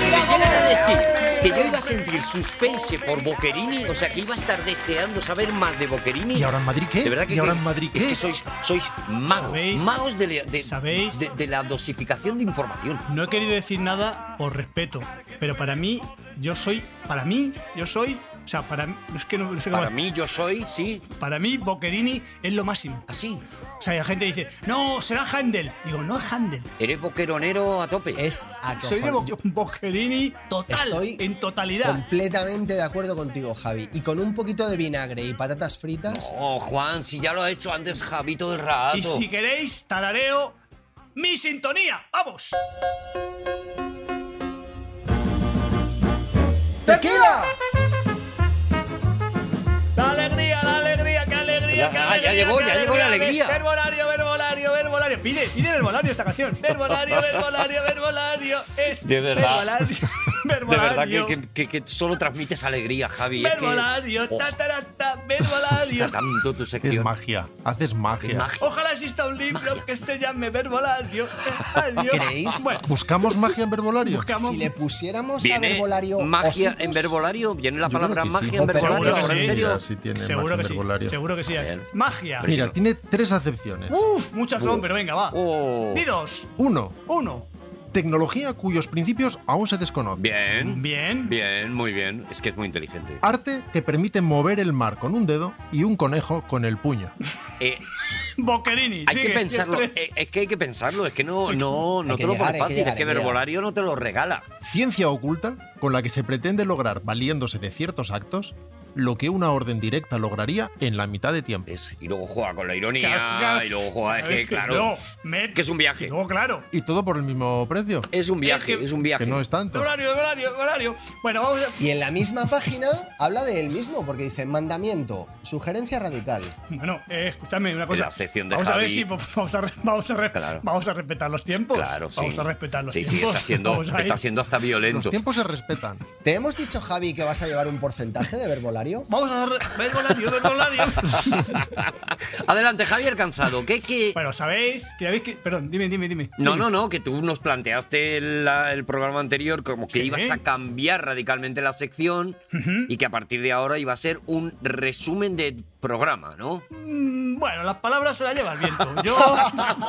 Speaker 1: ¿Qué
Speaker 10: ¡Bravo!
Speaker 1: era decir? Que yo iba a sentir suspense por Boquerini, o sea, que iba a estar deseando saber más de Boquerini.
Speaker 4: ¿Y ahora en Madrid qué?
Speaker 1: De verdad que,
Speaker 4: ¿Y ahora
Speaker 1: que-
Speaker 4: en Madrid qué?
Speaker 1: es que sois, sois magos,
Speaker 3: ¿Sabéis?
Speaker 1: magos de, la- de-
Speaker 3: ¿Sabéis?
Speaker 1: de- de la dosificación de información.
Speaker 3: No he querido decir nada por respeto, pero para mí, yo soy, para mí, yo soy O sea, para mí, es que no, no sé cómo
Speaker 1: Para
Speaker 3: hacer.
Speaker 1: mí, yo soy, sí.
Speaker 3: Para mí, Boquerini es lo máximo.
Speaker 1: ¿Así?
Speaker 3: O sea, la gente dice, no, será Handel. Digo, no es Handel.
Speaker 1: Eres boqueronero a tope.
Speaker 2: Es
Speaker 3: Soy de Bo- Boquerini total,
Speaker 2: Estoy
Speaker 3: en totalidad.
Speaker 2: Completamente de acuerdo contigo, Javi. Y con un poquito de vinagre y patatas fritas.
Speaker 1: Oh, Juan, si ya lo ha hecho antes Javito del rato.
Speaker 3: Y si queréis, tarareo mi sintonía. ¡Vamos!
Speaker 4: ¡Tequila!
Speaker 3: ¡La alegría, la alegría, qué alegría!
Speaker 1: Ya- ah,
Speaker 3: qué
Speaker 1: ya
Speaker 3: alegría,
Speaker 1: llegó,
Speaker 3: qué
Speaker 1: ya llegó la alegría.
Speaker 3: Verbolario, verbolario, verbolario. Pide, pide verbolario esta canción. Verbolario, verbolario, verbolario. Es
Speaker 1: De verdad.
Speaker 3: Verbolario,
Speaker 1: De
Speaker 3: verbolario.
Speaker 1: verdad que, que- que- que solo transmites alegría, Javi. Es que-
Speaker 3: Verbolario,
Speaker 1: Oh,
Speaker 3: tatarata,
Speaker 1: gusta
Speaker 3: verbolario.
Speaker 1: tanto tu
Speaker 4: Es
Speaker 1: sección.
Speaker 4: magia. Haces magia.
Speaker 1: Es magia.
Speaker 3: Ojalá exista un libro que se llame Verbolario. verbolario.
Speaker 2: ¿Creéis?
Speaker 3: Bueno,
Speaker 4: ¿Buscamos magia en verbolario?
Speaker 3: buscamos.
Speaker 2: Si le pusiéramos a
Speaker 1: Viene
Speaker 2: verbolario.
Speaker 1: magia
Speaker 2: ositos,
Speaker 1: en verbolario. Viene la
Speaker 4: Yo creo
Speaker 1: palabra
Speaker 4: que sí.
Speaker 1: magia en
Speaker 2: Seguro
Speaker 1: verbolario.
Speaker 3: que
Speaker 1: Ahora, en
Speaker 3: sí.
Speaker 1: serio.
Speaker 4: Sí, tiene
Speaker 3: Seguro
Speaker 4: magia
Speaker 3: que
Speaker 4: en
Speaker 3: sí.
Speaker 4: verbolario.
Speaker 3: Seguro que sí.
Speaker 1: Bien.
Speaker 3: Magia. Uh.
Speaker 4: Mira, tiene tres acepciones.
Speaker 3: Uf, muchas son, pero venga, va.
Speaker 1: Oh.
Speaker 3: Di dos.
Speaker 4: Uno,
Speaker 3: Uno.
Speaker 4: tecnología cuyos principios aún se desconocen.
Speaker 1: Bien.
Speaker 3: Bien.
Speaker 1: Bien, muy bien. Es que es muy inteligente.
Speaker 3: Ah.
Speaker 4: Arte que permite mover el mar con un dedo y un conejo con el puño.
Speaker 1: Eh,
Speaker 3: Boquerini.
Speaker 1: hay
Speaker 3: sigue.
Speaker 1: que pensarlo.
Speaker 3: Tres.
Speaker 1: Eh, es que hay que pensarlo. Es que no, no, no
Speaker 2: Hay
Speaker 1: te
Speaker 2: que
Speaker 1: lo pone
Speaker 2: llegar, hay que
Speaker 1: fácil.
Speaker 2: llegar,
Speaker 1: es que
Speaker 2: hay que
Speaker 1: verbolario no te lo regala.
Speaker 4: Ciencia oculta con la que se pretende lograr, valiéndose de ciertos actos, lo que una orden directa lograría en la mitad de tiempo.
Speaker 1: Es- y luego juega con la
Speaker 3: Claro, claro.
Speaker 1: ironía. Y luego juega. Es que, claro.
Speaker 3: No, Met.
Speaker 1: Que es un
Speaker 3: Y
Speaker 1: viaje.
Speaker 3: luego, claro.
Speaker 4: Y todo por el mismo precio,
Speaker 1: Es un viaje.
Speaker 3: Es que-
Speaker 1: Es un viaje.
Speaker 4: que no es tanto.
Speaker 3: Horario, horario, horario. Bueno, vamos a.
Speaker 2: Y en la misma página habla de él mismo, porque dice mandamiento, sugerencia radical.
Speaker 3: Bueno, eh, escúchame una cosa.
Speaker 1: la sección de
Speaker 3: vamos a ver
Speaker 1: Javi.
Speaker 3: si vamos a, re- vamos, a re-
Speaker 1: Claro.
Speaker 3: vamos a respetar los tiempos.
Speaker 1: Claro, sí.
Speaker 3: Vamos a respetar los
Speaker 1: sí,
Speaker 3: tiempos.
Speaker 1: Sí, está siendo,
Speaker 3: Vamos a ir.
Speaker 1: está siendo hasta
Speaker 4: Los
Speaker 1: violento.
Speaker 4: tiempos se respetan.
Speaker 2: ¿Te hemos dicho, Javi, que vas a llevar un porcentaje de verbolario?
Speaker 3: Vamos a hacer. Verbolario, verbolario.
Speaker 1: Adelante, Javier Cansado. ¿Qué, qué?
Speaker 3: bueno, ¿sabéis? Que habéis que. Perdón, dime, dime, dime.
Speaker 1: No, no, no, que tú nos planteaste la- el programa anterior como que
Speaker 3: Sí.
Speaker 1: ibas a cambiar radicalmente la sección y que a partir de ahora iba a ser un resumen de programa, ¿no?
Speaker 3: Mm, Bueno, las palabras se las lleva el viento. Yo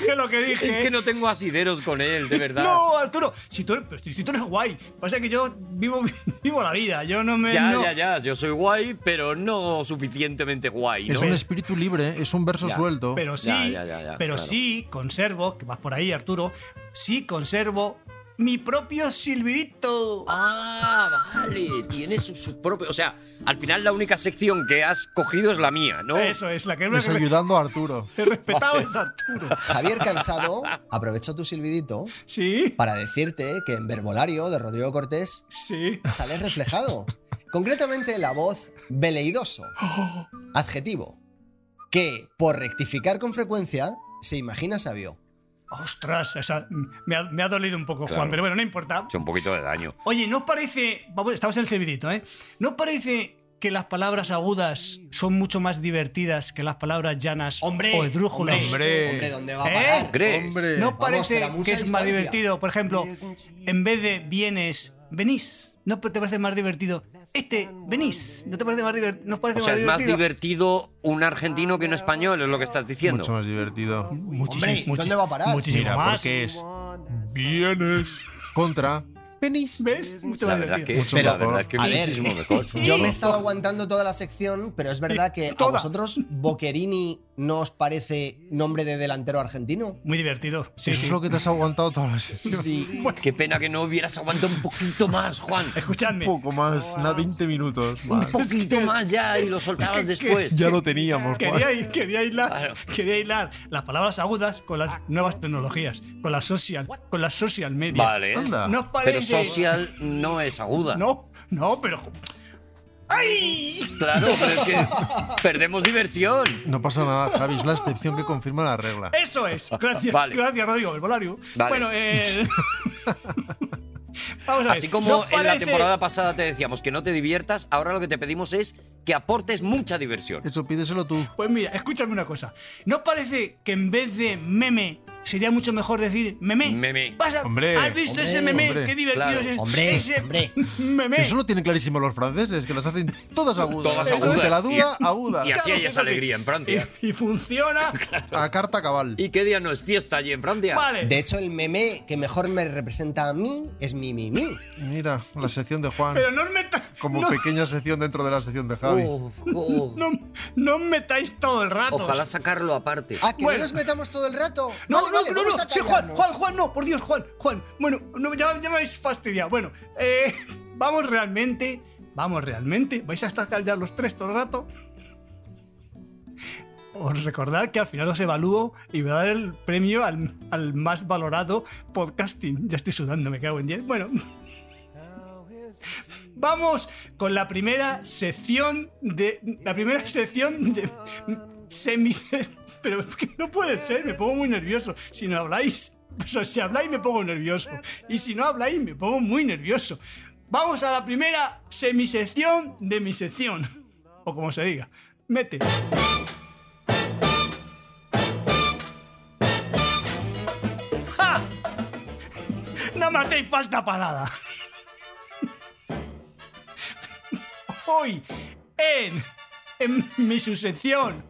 Speaker 3: dije lo que dije.
Speaker 1: Es que no tengo asideros con él, de verdad.
Speaker 3: No, Arturo, si tú, eres- pero si tú eres guay. Pasa que yo vivo, vivo la vida. Yo no me.
Speaker 1: Ya,
Speaker 3: no-
Speaker 1: ya, ya, yo soy guay, pero no suficientemente guay, ¿no?
Speaker 4: Es un espíritu libre, es un verso
Speaker 1: Ya,
Speaker 4: suelto.
Speaker 3: Pero sí,
Speaker 1: Ya, ya, ya, ya,
Speaker 3: pero
Speaker 1: claro.
Speaker 3: sí conservo, que vas por ahí, Arturo, sí conservo mi propio silbidito.
Speaker 1: Ah, vale, tiene su, su propio... O sea, al final la única sección que has cogido es la mía, ¿no?
Speaker 3: Eso es, la que
Speaker 4: Es
Speaker 3: que
Speaker 4: ayudando a Arturo.
Speaker 3: he respetado es Arturo.
Speaker 2: Javier Cansado aprovechó tu silbidito
Speaker 3: Sí,
Speaker 2: para decirte que en verbolario de Rodrigo Cortés
Speaker 3: sí.
Speaker 2: sale reflejado. Concretamente la voz veleidoso, adjetivo, que por rectificar con frecuencia se imagina sabio.
Speaker 3: Ostras, esa- me, ha, me ha dolido un poco, Juan,
Speaker 1: Claro.
Speaker 3: pero bueno, no importa.
Speaker 1: Hecho un poquito de daño.
Speaker 3: Oye, ¿no os parece. Vamos, estamos en el silbidito, ¿eh? ¿No os parece que las palabras agudas son mucho más divertidas que las palabras llanas o esdrújulas?
Speaker 4: Hombre.
Speaker 2: hombre, ¿dónde va a
Speaker 3: ¿Eh?
Speaker 2: parar?
Speaker 1: ¿Crees?
Speaker 4: Hombre,
Speaker 3: ¿No parece
Speaker 2: pero a mucha
Speaker 3: que es más
Speaker 2: distancia.
Speaker 3: divertido? Por ejemplo, en vez de vienes, venís. ¿No te parece más divertido? Este, venís. ¿No te parece más divertido? ¿No os
Speaker 1: O
Speaker 3: parece
Speaker 1: sea,
Speaker 3: más
Speaker 1: es más
Speaker 3: divertido?
Speaker 1: divertido un argentino que un español, es lo que estás diciendo.
Speaker 4: mucho más divertido.
Speaker 3: Muchísimo,
Speaker 2: Hombre, ¿dónde va a parar?
Speaker 3: Muchísimo
Speaker 4: Mira,
Speaker 3: más.
Speaker 4: porque es vienes contra venís.
Speaker 3: ¿Ves? Mucho
Speaker 1: La
Speaker 3: más
Speaker 1: verdad es que,
Speaker 3: divertido.
Speaker 4: Mucho
Speaker 1: la
Speaker 4: mejor.
Speaker 1: verdad es que
Speaker 2: A ver,
Speaker 1: muchísimo mejor.
Speaker 2: Yo me he estado aguantando toda la sección, pero es verdad que a
Speaker 3: Toda.
Speaker 2: vosotros Boquerini no os parece nombre de delantero argentino.
Speaker 3: Muy divertido. Sí,
Speaker 4: Eso
Speaker 3: sí.
Speaker 4: es lo que te has aguantado toda la sesión.
Speaker 2: Sí.
Speaker 1: Qué pena que no hubieras aguantado un poquito más, Juan.
Speaker 3: Escuchadme.
Speaker 4: Un poco más, nada, 20 minutos.
Speaker 1: Un
Speaker 4: más.
Speaker 1: poquito más ya y lo soltabas después.
Speaker 4: Ya lo teníamos. Juan.
Speaker 3: Quería, quería hilar,
Speaker 1: Claro.
Speaker 3: quería hilar las palabras agudas con las nuevas tecnologías, con las social, con las social media.
Speaker 1: Vale.
Speaker 4: Anda.
Speaker 3: ¿No os parece?
Speaker 1: Pero social no es aguda.
Speaker 3: No, no, pero. ¡Ay!
Speaker 1: Claro, pero es que perdemos diversión.
Speaker 4: No pasa nada, Javi, es la excepción que confirma la regla.
Speaker 3: Eso es. Gracias,
Speaker 1: Vale.
Speaker 3: gracias, Rodrigo Herbolario.
Speaker 1: Vale.
Speaker 3: Bueno, eh... vamos a ver.
Speaker 1: Así
Speaker 3: ¿No
Speaker 1: como
Speaker 3: os
Speaker 1: en la
Speaker 3: parece-
Speaker 1: temporada pasada te decíamos que no te diviertas, ahora lo que te pedimos es que aportes mucha diversión.
Speaker 4: Eso pídeselo tú.
Speaker 3: Pues mira, escúchame una cosa. ¿No os parece que en vez de meme sería mucho mejor decir meme?
Speaker 1: Meme.
Speaker 3: Pasa-
Speaker 4: Hombre,
Speaker 3: ¿Has visto
Speaker 4: hombre,
Speaker 3: ese meme?
Speaker 4: hombre,
Speaker 3: Qué divertido
Speaker 1: claro.
Speaker 3: es ese-
Speaker 2: Hombre,
Speaker 3: ese
Speaker 2: hombre.
Speaker 3: meme.
Speaker 4: Eso lo tienen clarísimo los franceses, que las hacen todas agudas.
Speaker 1: Todas
Speaker 4: Ante
Speaker 1: agudas.
Speaker 4: la duda, aguda.
Speaker 1: Y así
Speaker 3: Claro
Speaker 1: hay
Speaker 3: que
Speaker 1: esa
Speaker 3: sí.
Speaker 1: alegría en Francia.
Speaker 3: Y, y funciona.
Speaker 4: A carta cabal.
Speaker 1: ¿Y qué día no es fiesta allí en Francia?
Speaker 3: Vale.
Speaker 2: De hecho, el meme que mejor me representa a mí es mi, mi, mi.
Speaker 4: Mira, la sección de Juan.
Speaker 3: Pero no os metáis.
Speaker 4: como
Speaker 3: No. Oh.
Speaker 4: pequeña sección dentro de la sección de Javi.
Speaker 3: No, no os metáis todo el rato.
Speaker 1: Ojalá sacarlo aparte.
Speaker 2: Ah, que
Speaker 3: Bueno.
Speaker 2: no nos metamos todo el rato.
Speaker 3: No,
Speaker 2: Vale,
Speaker 3: no,
Speaker 2: vale,
Speaker 3: no, no,
Speaker 2: vamos a
Speaker 3: sí, Juan,
Speaker 2: callarnos.
Speaker 3: Juan, Juan, no, por Dios, Juan, Juan. Bueno, no, ya, ya me habéis fastidiado. Bueno, eh, vamos realmente, vamos realmente. ¿Vais a estar callados los tres todo el rato? Os recordad que al final os evalúo y voy a dar el premio al, al más valorado podcasting. Ya estoy sudando, me cago en 10. Bueno, vamos con la primera sección de. La primera sección de. Semis. Pero es que no puede ser, me pongo muy nervioso. Si no habláis. pues, O sea, si habláis, me pongo nervioso. Y si no habláis, me pongo muy nervioso. Vamos a la primera semisección de mi sección. O como se diga. Mete. ¡Ja! No me hacéis falta parada. hoy en, en mi subsección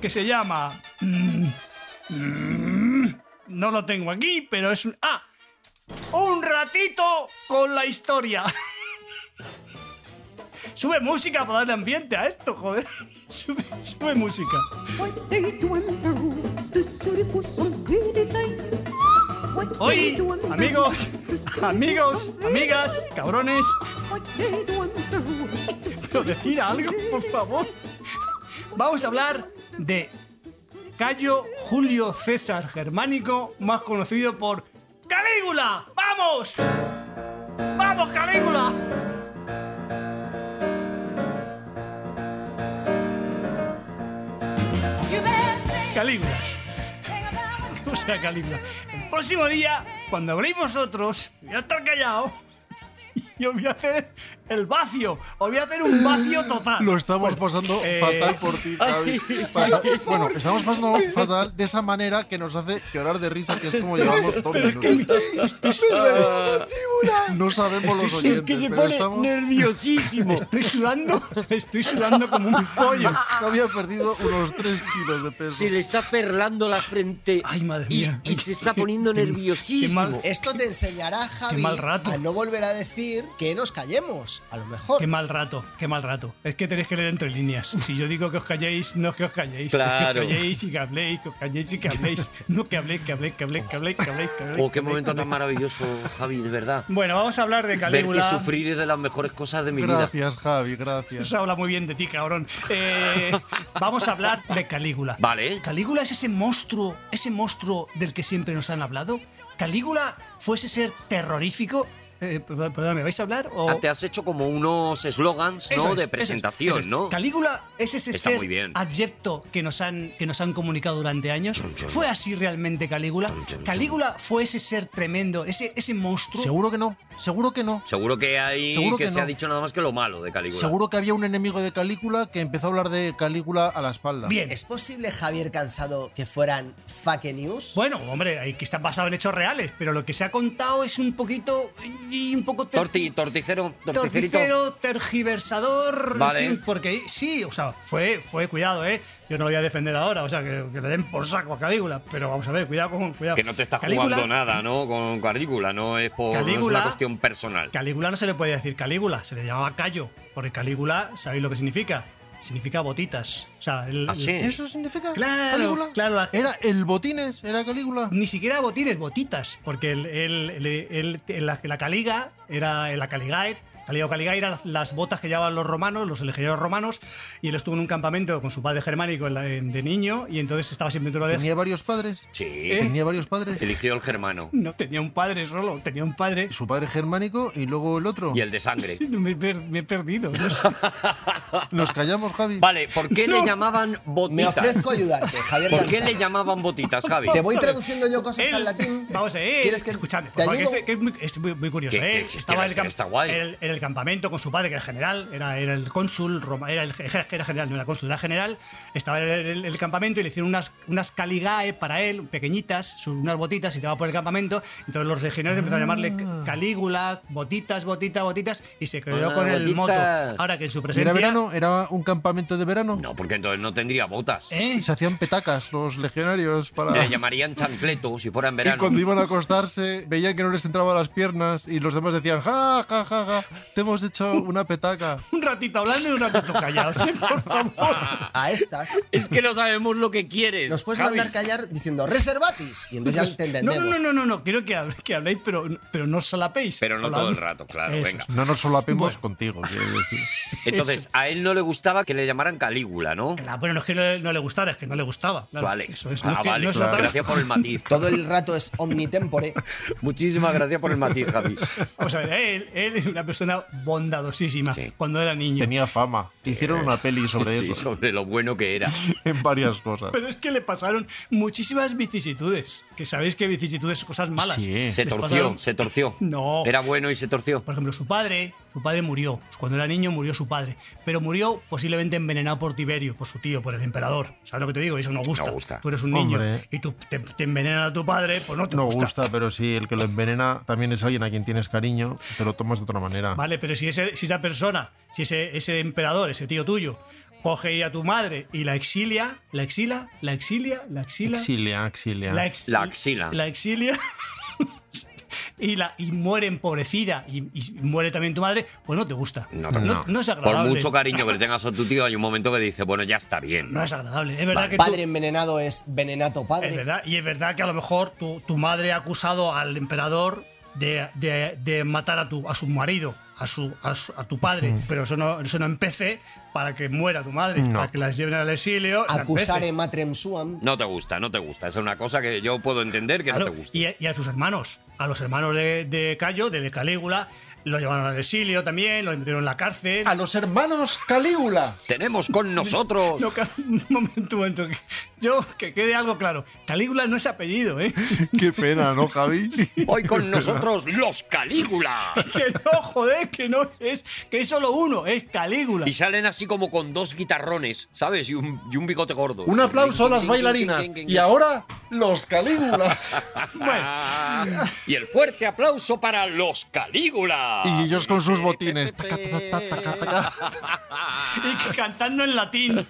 Speaker 3: que se llama. mm, mm, No lo tengo aquí, pero es un. ¡Ah! ¡Un ratito con la historia! Sube música para darle ambiente a esto, joder. Sube, sube música. Hoy, amigos, amigos, amigas, cabrones, pero decir algo, por favor. Vamos a hablar de Cayo Julio César Germánico, más conocido por Calígula. ¡Vamos! ¡Vamos, Calígula! Calígulas. O sea, Calígula. El próximo día, cuando habléis vosotros, voy a estar callado y os voy a hacer el vacío. Os voy a hacer un vacío total.
Speaker 4: Lo estamos pasando
Speaker 3: eh,
Speaker 4: fatal por ti, Javi. Fatal. Bueno, estamos pasando fatal de esa manera que nos hace llorar de risa, que es como llevamos todo el ah, No sabemos los oyentes. pero estamos-
Speaker 1: nerviosísimo.
Speaker 3: Estoy sudando, estoy sudando como un pollo.
Speaker 4: Había perdido unos 3 kilos de peso.
Speaker 1: Se le está perlando la frente.
Speaker 3: Ay, madre
Speaker 1: y,
Speaker 3: mía.
Speaker 1: y se está poniendo nerviosísimo.
Speaker 3: qué mal-
Speaker 2: Esto te enseñará, Javi,
Speaker 3: mal rato.
Speaker 2: a no volver a decir que nos callemos. A lo mejor.
Speaker 3: Qué mal rato, qué mal rato. Es que tenéis que leer entre líneas. Si yo digo que os calléis, no es que os calléis. Es que
Speaker 1: Claro.
Speaker 3: os calléis y que habléis, que os calléis y que habléis. No que habléis, que habléis, que habléis, que habléis, que habléis. que habléis,
Speaker 1: Oh,
Speaker 3: que
Speaker 1: qué
Speaker 3: habléis,
Speaker 1: momento
Speaker 3: que
Speaker 1: tan
Speaker 3: habléis.
Speaker 1: maravilloso, Javi, de verdad.
Speaker 3: Bueno, vamos a hablar de
Speaker 1: Verte
Speaker 3: Calígula.
Speaker 1: sufrir es de las mejores cosas de mi vida.
Speaker 4: Gracias, Javi, gracias.
Speaker 3: Se habla muy bien de ti, cabrón. Eh, vamos a hablar de Calígula.
Speaker 1: Vale.
Speaker 3: Calígula es ese monstruo, ese monstruo del que siempre nos han hablado. Calígula fue ese ser terrorífico. Eh, perdón, perdón, ¿me vais a hablar? O...
Speaker 1: Ah, Te has hecho como unos eslogans,
Speaker 3: Eso
Speaker 1: ¿no?
Speaker 3: es,
Speaker 1: de
Speaker 3: eso es,
Speaker 1: presentación,
Speaker 3: eso es.
Speaker 1: ¿no?
Speaker 3: Calígula es ese
Speaker 1: Está
Speaker 3: ser
Speaker 1: muy bien.
Speaker 3: abyecto que nos, han, que nos han comunicado durante años. ¿Fue así realmente Calígula? Calígula fue ese ser tremendo, ese, ese monstruo.
Speaker 4: Seguro que no, seguro que no.
Speaker 1: Seguro que hay
Speaker 4: Seguro
Speaker 1: que,
Speaker 4: que
Speaker 1: se
Speaker 4: no.
Speaker 1: ha dicho nada más que lo malo de Calígula.
Speaker 4: Seguro que había un enemigo de Calícula que empezó a hablar de Calícula a la espalda.
Speaker 3: Bien.
Speaker 2: ¿Es posible, Javier Cansado, que fueran fake news?
Speaker 3: Bueno, hombre, hay que está basado en hechos reales, pero lo que se ha contado es un poquito y un poco ter-
Speaker 1: Torti, torticero, torticerito.
Speaker 3: torticero, tergiversador,
Speaker 1: Vale.
Speaker 3: en fin, porque sí, o sea, fue, fue cuidado, eh. Yo no lo voy a defender ahora, o sea, que, que le den por saco a Calígula, pero vamos a ver, cuidado con cuidado.
Speaker 1: Que no te estás
Speaker 3: Calígula-
Speaker 1: jugando nada, ¿no? Con Calígula, no es por no es
Speaker 3: Calígula-
Speaker 1: una cuestión personal.
Speaker 3: Calígula no se le puede decir Calígula, se le llamaba Cayo, porque Calígula, ¿sabéis lo que significa? Significa botitas. O sea, el-
Speaker 1: ¿Ah, sí?
Speaker 4: ¿Eso significa
Speaker 3: Claro,
Speaker 4: Calícula?
Speaker 3: claro.
Speaker 4: Era el botines, era Calícula.
Speaker 3: ni siquiera botines, botitas, porque el, el- el- el- la, la caliga era la caligae. Caliga o caligae eran las- las botas que llevaban los romanos, los legionarios romanos, y él estuvo en un campamento con su padre germánico en la- en- de niño, y entonces estaba siempre en una oreja.
Speaker 4: Tenía varios padres.
Speaker 1: Sí.
Speaker 4: Eh, Tenía varios padres.
Speaker 1: Eligió Eh, el germano.
Speaker 3: Eh. No, tenía un padre solo, tenía un padre.
Speaker 4: Su padre germánico y luego el otro.
Speaker 1: Y el de sangre.
Speaker 3: Me, he per- me he perdido. no sé.
Speaker 4: Nos callamos, Javi.
Speaker 1: Vale, ¿por qué le llamaban
Speaker 2: Me
Speaker 1: botitas?
Speaker 2: ofrezco a ayudarte, Javier
Speaker 1: ¿Por qué
Speaker 2: Cansado.
Speaker 1: le llamaban botitas, Javi?
Speaker 2: Te voy traduciendo yo cosas
Speaker 3: Él-
Speaker 2: al latín.
Speaker 3: Vamos a ver.
Speaker 2: ¿Quieres que
Speaker 3: Escuchadme, por
Speaker 2: te
Speaker 3: favor, que
Speaker 2: ayudo?
Speaker 3: este- que es, muy, es muy- muy curioso.
Speaker 1: Que-
Speaker 3: ¿eh?
Speaker 1: que este va a
Speaker 3: en el,
Speaker 1: ser-
Speaker 3: camp-
Speaker 1: está guay.
Speaker 3: en el- en el campamento con su padre, que era general, era, era el cónsul, Roma- era, el, era general, no era cónsul, era general. Estaba en el, el- el campamento y le hicieron unas, unas caligae para él, pequeñitas, su- unas botitas, y te va por el campamento. Entonces los legionarios empezaron a llamarle
Speaker 2: Ah.
Speaker 3: Calígula, botitas, botitas, botitas, y se quedó
Speaker 1: Ah,
Speaker 3: con el moto.
Speaker 1: botitas.
Speaker 3: Ahora que en su
Speaker 4: Y
Speaker 3: presencia.
Speaker 4: era verano, era un campamento de verano.
Speaker 1: No, porque entonces no tendría botas.
Speaker 3: ¿Eh?
Speaker 4: Y se hacían petacas los legionarios para.
Speaker 1: Le llamarían chancleto si fuera en
Speaker 4: Y
Speaker 1: verano.
Speaker 4: cuando iban a acostarse, veían que no les entraba las piernas y los demás decían ja, ja, ja, ja. Te hemos hecho una petaca.
Speaker 3: Un ratito hablando y un ratito callados, ¿eh? por favor.
Speaker 2: A estas.
Speaker 1: Es que no sabemos lo que quieres.
Speaker 2: Nos puedes
Speaker 1: Javi.
Speaker 2: mandar callar diciendo reservatis. Y entonces ya te
Speaker 3: No,
Speaker 2: entendemos.
Speaker 3: no, no, no, no, no. Quiero que, hable- que habléis, pero, pero no solapéis.
Speaker 1: Pero no
Speaker 3: Hablad-
Speaker 1: todo el rato, claro,
Speaker 3: Eso
Speaker 1: venga.
Speaker 4: No nos solapemos contigo, quiero decir.
Speaker 1: Entonces, a él no le gustaba que le llamaran Calígula, ¿no?
Speaker 3: Claro, Ah, bueno, no es que no, le- no le gustara, es que no le gustaba. claro.
Speaker 1: vale.
Speaker 3: Eso es. No es
Speaker 1: Ah,
Speaker 3: que-
Speaker 1: vale.
Speaker 3: no es otra-
Speaker 1: Gracias por el matiz.
Speaker 2: Todo el rato es omnitempore.
Speaker 1: Muchísimas gracias por el matiz, Javi.
Speaker 3: Vamos a ver, él, él es una persona bondadosísima cuando era niño.
Speaker 4: Tenía fama. Hicieron una peli sobre
Speaker 1: Sí,
Speaker 4: eso.
Speaker 1: sobre lo bueno que era.
Speaker 4: En varias cosas.
Speaker 3: Pero es que le pasaron muchísimas vicisitudes. Que sabéis que vicisitudes son cosas malas.
Speaker 4: Sí.
Speaker 1: Se
Speaker 3: Les
Speaker 1: torció,
Speaker 3: Eh, pasaron-
Speaker 1: se torció.
Speaker 3: No.
Speaker 1: Era bueno y se torció.
Speaker 3: Por ejemplo, su padre, su padre murió. Cuando era niño murió su padre. Pero murió posiblemente envenenado por Tiberio, por su tío, por el emperador. ¿Sabes lo que te digo? Eso no gusta.
Speaker 1: No gusta.
Speaker 3: Tú eres un niño
Speaker 4: Hombre.
Speaker 3: y tú te, te envenenan a tu padre, pues no te
Speaker 4: No
Speaker 3: gusta.
Speaker 4: gusta, pero sí, el que lo envenena también es alguien a quien tienes cariño, te lo tomas de otra manera.
Speaker 3: Vale, pero si, ese, si esa persona, si ese, ese emperador, ese tío tuyo, coge ahí a tu madre y la exilia, la exila, la exilia, la exila.
Speaker 4: Exilia, exilia.
Speaker 3: La, ex-
Speaker 1: La axila.
Speaker 3: La exilia. y, la, y muere empobrecida y, y muere también tu madre, pues no te gusta.
Speaker 1: No te gusta.
Speaker 3: no es
Speaker 1: Por
Speaker 3: agradable.
Speaker 1: mucho cariño que le tengas a tu tío, hay un momento que dice, bueno, ya está bien.
Speaker 3: No es agradable. Es verdad que tú-
Speaker 2: Padre envenenado es venenato padre.
Speaker 3: es verdad, y es verdad que a lo mejor tu, tu madre ha acusado al emperador de, de- de matar a tu a su marido, a su a, su- a tu padre, pero eso no eso no empece para que muera tu madre,
Speaker 4: No.
Speaker 3: para que las lleven al exilio. no
Speaker 2: Acusare
Speaker 3: empece.
Speaker 2: matrem suam.
Speaker 1: No te gusta, no te gusta. Esa es una cosa que yo puedo entender que no
Speaker 3: Claro,
Speaker 1: te gusta.
Speaker 3: y, a- y a sus hermanos, a los hermanos de, de Cayo, de Calígula, lo llevaron al exilio también, lo metieron en la cárcel.
Speaker 4: los hermanos Calígula.
Speaker 1: Tenemos con nosotros.
Speaker 3: No, ca- un momento, un momento. que- Yo, que quede algo claro. Calígula no es apellido, ¿eh?
Speaker 4: Qué pena, ¿no, Javi?
Speaker 1: Hoy con nosotros los Calígula.
Speaker 3: Que no, joder, que no es. Que es solo uno, es Calígula.
Speaker 1: Y salen así como con dos guitarrones, ¿sabes? Y un, y un bigote gordo.
Speaker 4: Un aplauso a las bailarinas. Y ahora, los Calígula.
Speaker 3: Bueno,
Speaker 1: Y el fuerte aplauso para los Calígula.
Speaker 4: Y ellos con sus botines. Taca, taca, taca, taca.
Speaker 1: Ah.
Speaker 3: y cantando en latín.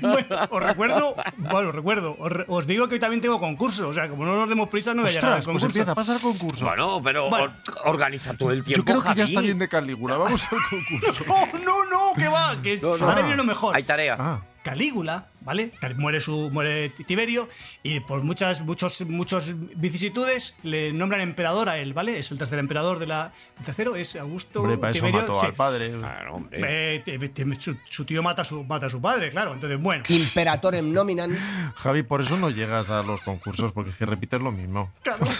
Speaker 3: Bueno, os recuerdo, bueno, os recuerdo, os, re- os digo que hoy también tengo concurso. O sea, como no nos demos prisa, no voy a llegar al
Speaker 4: Ostras, pues
Speaker 3: concurso.
Speaker 4: empieza a pasar el concurso.
Speaker 1: Bueno, pero
Speaker 3: Bueno.
Speaker 1: or- organiza todo el tiempo.
Speaker 4: Yo creo que ya
Speaker 1: Javi.
Speaker 4: está bien de Calígula. Vamos al concurso.
Speaker 3: No, ¡Oh, no, no, que va, que
Speaker 1: No, no.
Speaker 3: ahora viene lo mejor.
Speaker 1: Hay tarea.
Speaker 4: Ah,
Speaker 3: Calígula, ¿vale? Cal- Muere su muere Tiberio y por muchas muchos muchos vicisitudes le nombran emperador a él, ¿vale? Es el tercer emperador de la el tercero es Augusto
Speaker 4: hombre, para eso
Speaker 3: Tiberio,
Speaker 4: mató
Speaker 3: sí.
Speaker 4: al padre.
Speaker 1: Claro, hombre.
Speaker 3: Eh, te- te- su, su tío mata a su mata a su padre, claro. Entonces, bueno,
Speaker 2: Imperatorem nominam.
Speaker 4: Javi, por eso no llegas a los concursos, porque es que repites lo mismo.
Speaker 3: claro.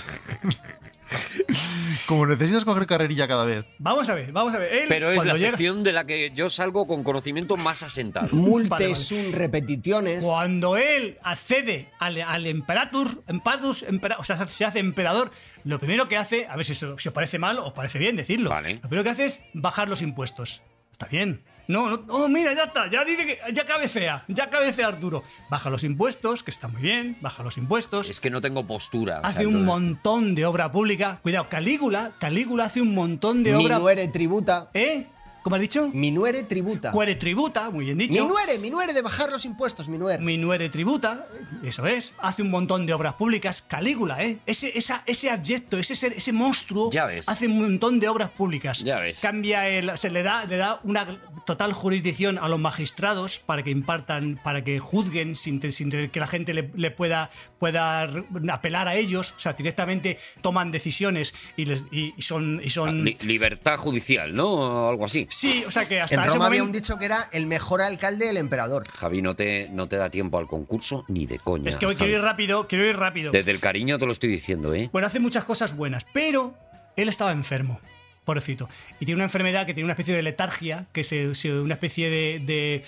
Speaker 4: Como necesitas coger carrerilla cada vez.
Speaker 3: Vamos a ver, vamos a ver. Él,
Speaker 1: Pero es
Speaker 3: cuando
Speaker 1: la
Speaker 3: llega-
Speaker 1: sección de la que yo salgo con conocimiento más asentado.
Speaker 3: Vale,
Speaker 2: Multe
Speaker 3: vale.
Speaker 2: sum repeticiones.
Speaker 3: Cuando él accede al, al emperator, empartus, empera- o sea, se hace emperador, lo primero que hace, a ver si, eso- si os parece mal o os parece bien decirlo,
Speaker 1: Vale.
Speaker 3: lo primero que hace es bajar los impuestos. Está bien. No, no, oh, mira, ya está, ya dice que ya cabecea, ya cabecea Arturo. Baja los impuestos, que está muy bien, baja los impuestos.
Speaker 1: Es que no tengo postura. o sea,
Speaker 3: hace un
Speaker 1: entonces-
Speaker 3: montón de obra pública. Cuidado, Calígula, Calígula hace un montón de obra.
Speaker 2: Minuere tributa.
Speaker 3: ¿Eh? ¿Cómo has dicho?
Speaker 2: Minuere tributa.
Speaker 3: Cuere tributa, muy bien dicho.
Speaker 2: Minuere, minuere de bajar los impuestos, minuere.
Speaker 3: Minuere tributa, eso es, hace un montón de obras públicas. Calígula, ¿eh? Ese, esa, ese abyecto, ese, ser- ese monstruo,
Speaker 1: Ya ves.
Speaker 3: hace un montón de obras públicas.
Speaker 1: Ya ves.
Speaker 3: Cambia el. Se le da, le da una total jurisdicción a los magistrados para que impartan, para que juzguen sin, te- sin tener que la gente le, le pueda, pueda re- apelar a ellos. O sea, directamente toman decisiones y, les, y, y son. Y son
Speaker 1: Ah, Li- libertad judicial, ¿no? O Algo así.
Speaker 3: Sí, o sea que hasta
Speaker 2: En
Speaker 3: ese
Speaker 2: Roma había un
Speaker 3: momento-
Speaker 2: dicho que era el mejor alcalde del emperador.
Speaker 1: Javi, no te, no te da tiempo al concurso ni de coña.
Speaker 3: Es que hoy
Speaker 1: Javi.
Speaker 3: quiero ir rápido, quiero ir rápido.
Speaker 1: Desde el cariño te lo estoy diciendo, ¿eh?
Speaker 3: Bueno, hace muchas cosas buenas, pero él estaba enfermo, pobrecito. Y tiene una enfermedad que tiene una especie de letargia, que es eh, sí, una especie de, de,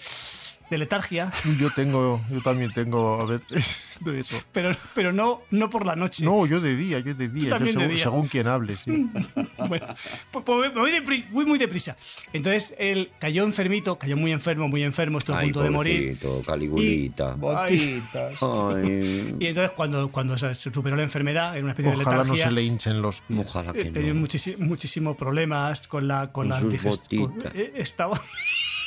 Speaker 3: de letargia,
Speaker 4: Yo tengo, yo también tengo a veces de eso.
Speaker 3: pero, pero no, no por la noche.
Speaker 4: No, yo de día, yo de día, yo
Speaker 3: también de
Speaker 4: según,
Speaker 3: día.
Speaker 4: según quien hable, sí.
Speaker 3: Bueno, pues, pues, me voy, depri- voy muy deprisa. Entonces él cayó enfermito, cayó muy enfermo, muy enfermo, estuvo a
Speaker 1: Ay,
Speaker 3: punto de morir.
Speaker 1: pobrecito, Caligulita.
Speaker 2: Botitas.
Speaker 1: Ay,
Speaker 3: Y entonces cuando, cuando se se superó la enfermedad, en una especie de
Speaker 4: Ojalá
Speaker 3: letargia...
Speaker 4: no se le hinchen los pies.
Speaker 1: ojalá
Speaker 3: eh,
Speaker 1: que
Speaker 3: Tenía
Speaker 1: no.
Speaker 3: muchísimos problemas con la con
Speaker 1: Con
Speaker 3: la
Speaker 1: sus
Speaker 3: digest- con-
Speaker 1: botitas.
Speaker 3: eh, estaba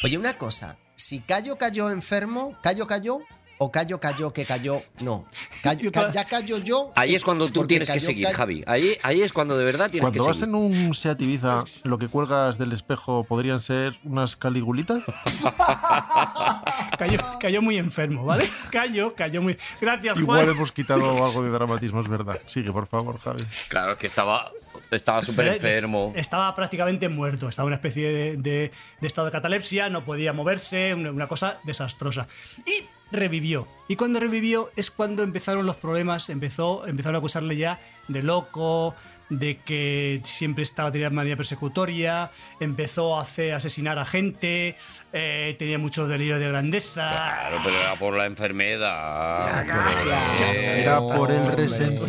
Speaker 2: Oye, una cosa. Si Cayo cayó enfermo, Cayo cayó o callo, callo, que cayó. No. Callo, ca- ya callo yo.
Speaker 1: Ahí es cuando tú
Speaker 2: porque
Speaker 1: tienes que
Speaker 2: cayó,
Speaker 1: seguir,
Speaker 2: callo-
Speaker 1: Javi. Ahí, ahí es cuando de verdad tienes
Speaker 4: Cuando
Speaker 1: que
Speaker 4: vas
Speaker 1: seguir.
Speaker 4: en un Seat Ibiza, lo que cuelgas del espejo podrían ser unas caligulitas.
Speaker 3: Cayó, cayó muy enfermo, ¿vale? Cayó, cayó muy. Gracias, Juan.
Speaker 4: Igual hemos quitado algo de dramatismo, es verdad. Sigue, por favor, Javi.
Speaker 1: Claro, que estaba estaba súper enfermo.
Speaker 3: Estaba prácticamente muerto, estaba en una especie de, de- de estado de catalepsia, no podía moverse, una, una cosa desastrosa. Y revivió. Y cuando revivió es cuando empezaron los problemas, empezó, empezaron a acusarle ya de loco, de que siempre estaba teniendo manía persecutoria, empezó a hacer, asesinar a gente, eh, tenía muchos delirios de grandeza.
Speaker 1: Claro, pero era por la enfermedad. Eh,
Speaker 4: Era por el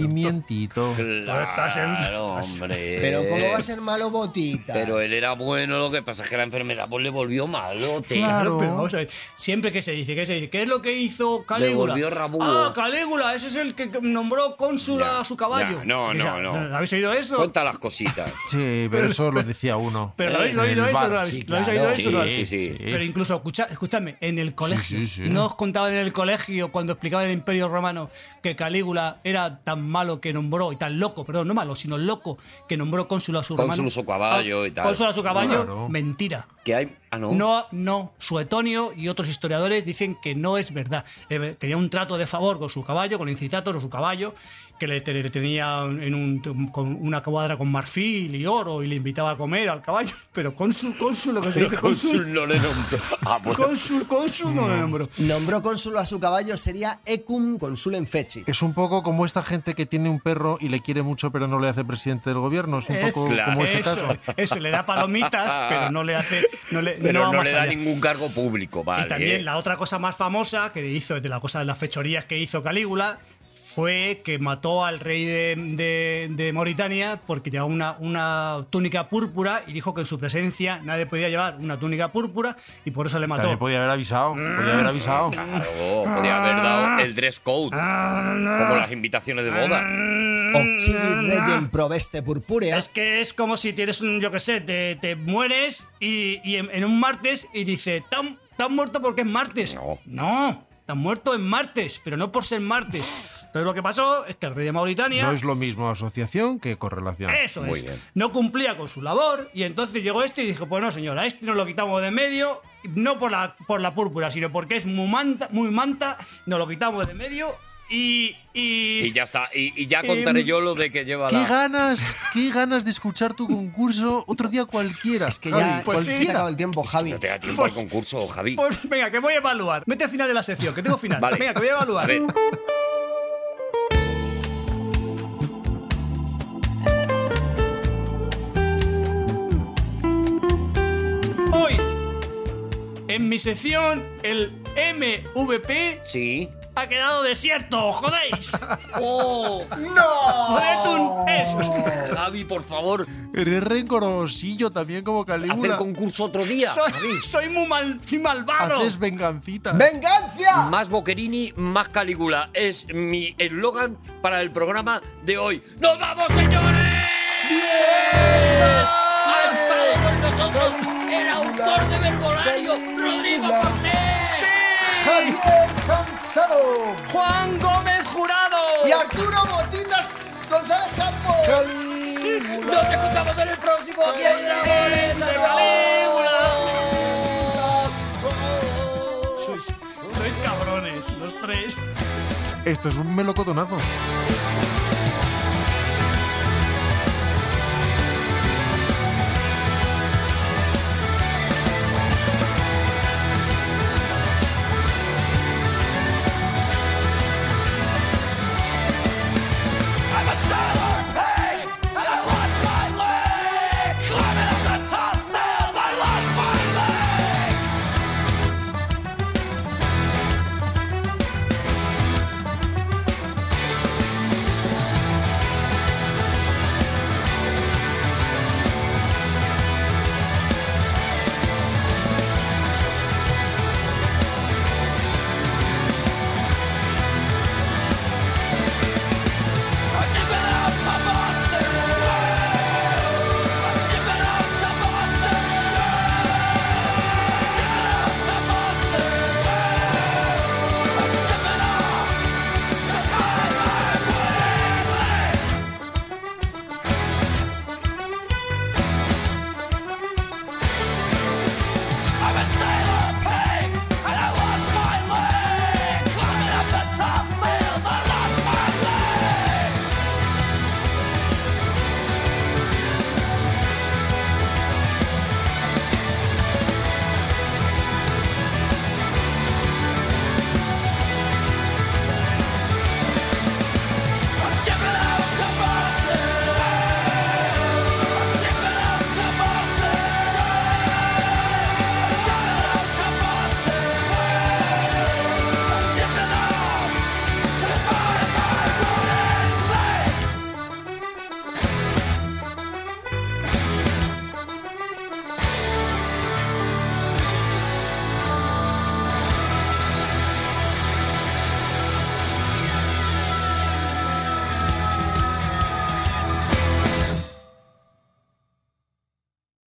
Speaker 4: resentimiento.
Speaker 1: Claro, hombre.
Speaker 2: Pero ¿cómo va a ser malo botita?
Speaker 1: Pero él era bueno, lo que pasa es que la enfermedad pues, le volvió malo. te-
Speaker 3: Claro, pero vamos a ver. Siempre que se dice, que se dice, ¿qué es lo que hizo Calígula?
Speaker 1: volvió rabugo.
Speaker 3: Ah, Calígula, ese es el que nombró cónsul a su caballo.
Speaker 1: Ya, no,
Speaker 3: Esa-
Speaker 1: no, no.
Speaker 3: ¿Habéis oído eso?
Speaker 1: Cuenta las cositas.
Speaker 4: Sí, pero eso lo decía uno.
Speaker 1: Eh,
Speaker 3: Pero lo habéis
Speaker 4: En el
Speaker 3: oído eso,
Speaker 4: bar.
Speaker 3: ¿no? ¿Lo habéis- lo habéis oído eso, no?
Speaker 1: Sí, sí.
Speaker 3: Pero incluso, escucha- escúchame, en el colegio.
Speaker 4: sí, sí.
Speaker 3: No os contaban en el colegio cuando explicaban el Imperio Romano que Calígula era tan malo que nombró, y tan loco, perdón, no malo, sino loco, que nombró cónsul a su
Speaker 1: Cónsul
Speaker 3: romano.
Speaker 1: a su caballo
Speaker 3: Ah,
Speaker 1: y tal.
Speaker 3: Cónsul a su caballo,
Speaker 1: Claro.
Speaker 3: mentira.
Speaker 1: Que hay. Ah, no.
Speaker 3: No, no. Suetonio y otros historiadores dicen que no es verdad. Eh, Tenía un trato de favor con su caballo, con Incitator o su caballo, que le, te- le tenía en un- con una cuadra con marfil y oro y le invitaba a comer al caballo, pero cónsul, cónsul, lo que se
Speaker 1: Pero
Speaker 3: dice
Speaker 1: cónsul
Speaker 3: cónsul,
Speaker 1: no le nombró. Ah, bueno.
Speaker 3: cónsul, cónsul,
Speaker 1: Mm.
Speaker 3: no lo nombró.
Speaker 2: Nombró cónsul a su caballo, sería Ecum consulem feci.
Speaker 4: Es un poco como esta gente que tiene un perro y le quiere mucho, pero no le hace presidente del gobierno. Es un
Speaker 3: Es-
Speaker 4: poco
Speaker 1: Claro.
Speaker 4: como ese
Speaker 3: eso,
Speaker 4: caso.
Speaker 3: eso, le da palomitas, pero no le hace. No le,
Speaker 1: Pero
Speaker 3: no va
Speaker 1: no,
Speaker 3: más
Speaker 1: le da
Speaker 3: allá.
Speaker 1: ningún cargo público, vale.
Speaker 3: Y también
Speaker 1: eh.
Speaker 3: la otra cosa más famosa que hizo, de la cosa de las fechorías que hizo Calígula, fue que mató al rey de, de- de Mauritania porque llevaba una, una túnica púrpura y dijo que en su presencia nadie podía llevar una túnica púrpura y por eso le mató.
Speaker 4: También podía haber avisado. Podía haber avisado.
Speaker 1: Mm. Claro, podía haber
Speaker 3: Ah.
Speaker 1: dado el dress code. Como las invitaciones de boda.
Speaker 3: Ah.
Speaker 2: Mm, Occidi regem proveste purpurea.
Speaker 3: Es que es como si tienes un, yo qué sé, te, te mueres y, y en, en un martes y dice, tan muerto porque es martes.
Speaker 1: No.
Speaker 3: No, tan muerto en martes, pero no por ser martes. Entonces lo que pasó es que el rey de Mauritania...
Speaker 4: No es lo mismo asociación que correlación.
Speaker 3: Eso
Speaker 1: Ah, Muy
Speaker 3: es.
Speaker 1: bien.
Speaker 3: No cumplía con su labor y entonces llegó este y dijo, pues no señora, este nos lo quitamos de en medio, no por la, por la púrpura, sino porque es muy manta, muy manta nos lo quitamos de en medio y...
Speaker 1: Y ya está. Y, y ya
Speaker 3: Em,
Speaker 1: contaré yo lo de que lleva
Speaker 4: Qué
Speaker 1: la.
Speaker 4: ganas, qué ganas de escuchar tu concurso otro día cualquiera.
Speaker 2: Es que ya pues
Speaker 4: Javi,
Speaker 2: se te acaba el tiempo, Javi.
Speaker 1: No te da tiempo al concurso, Javi.
Speaker 3: Pues venga, que voy a evaluar. Mete al final de la sección, que tengo final.
Speaker 1: Vale.
Speaker 3: Venga, que voy a
Speaker 1: A
Speaker 3: evaluar.
Speaker 1: ver.
Speaker 3: Hoy, en mi sección, el MVP
Speaker 1: Sí.
Speaker 3: ha quedado desierto, jodéis.
Speaker 1: ¡Oh!
Speaker 3: Joded un es.
Speaker 1: Javi, por favor,
Speaker 4: Eres rencorosillo también como
Speaker 1: haz el
Speaker 4: Calígula.
Speaker 1: concurso otro día.
Speaker 3: Soy, soy muy mal, soy malvado.
Speaker 4: Haces vengancita.
Speaker 2: ¡Venganza!
Speaker 1: Más Boquerini, más Calígula. Es mi eslogan para el programa de hoy. ¡Nos vamos, señores! ¡Ha estado con nosotros el autor de Verbolario, Rodrigo Cortés!
Speaker 2: ¡Javier Cansado!
Speaker 3: Juan Gómez Jurado.
Speaker 2: ¡Y Arturo Botitas González Campos!
Speaker 1: ¡Nos escuchamos en el próximo Aquí hay Dragones de Calígula!
Speaker 3: Sois, sois cabrones, los tres.
Speaker 4: Esto es un melocotonazo.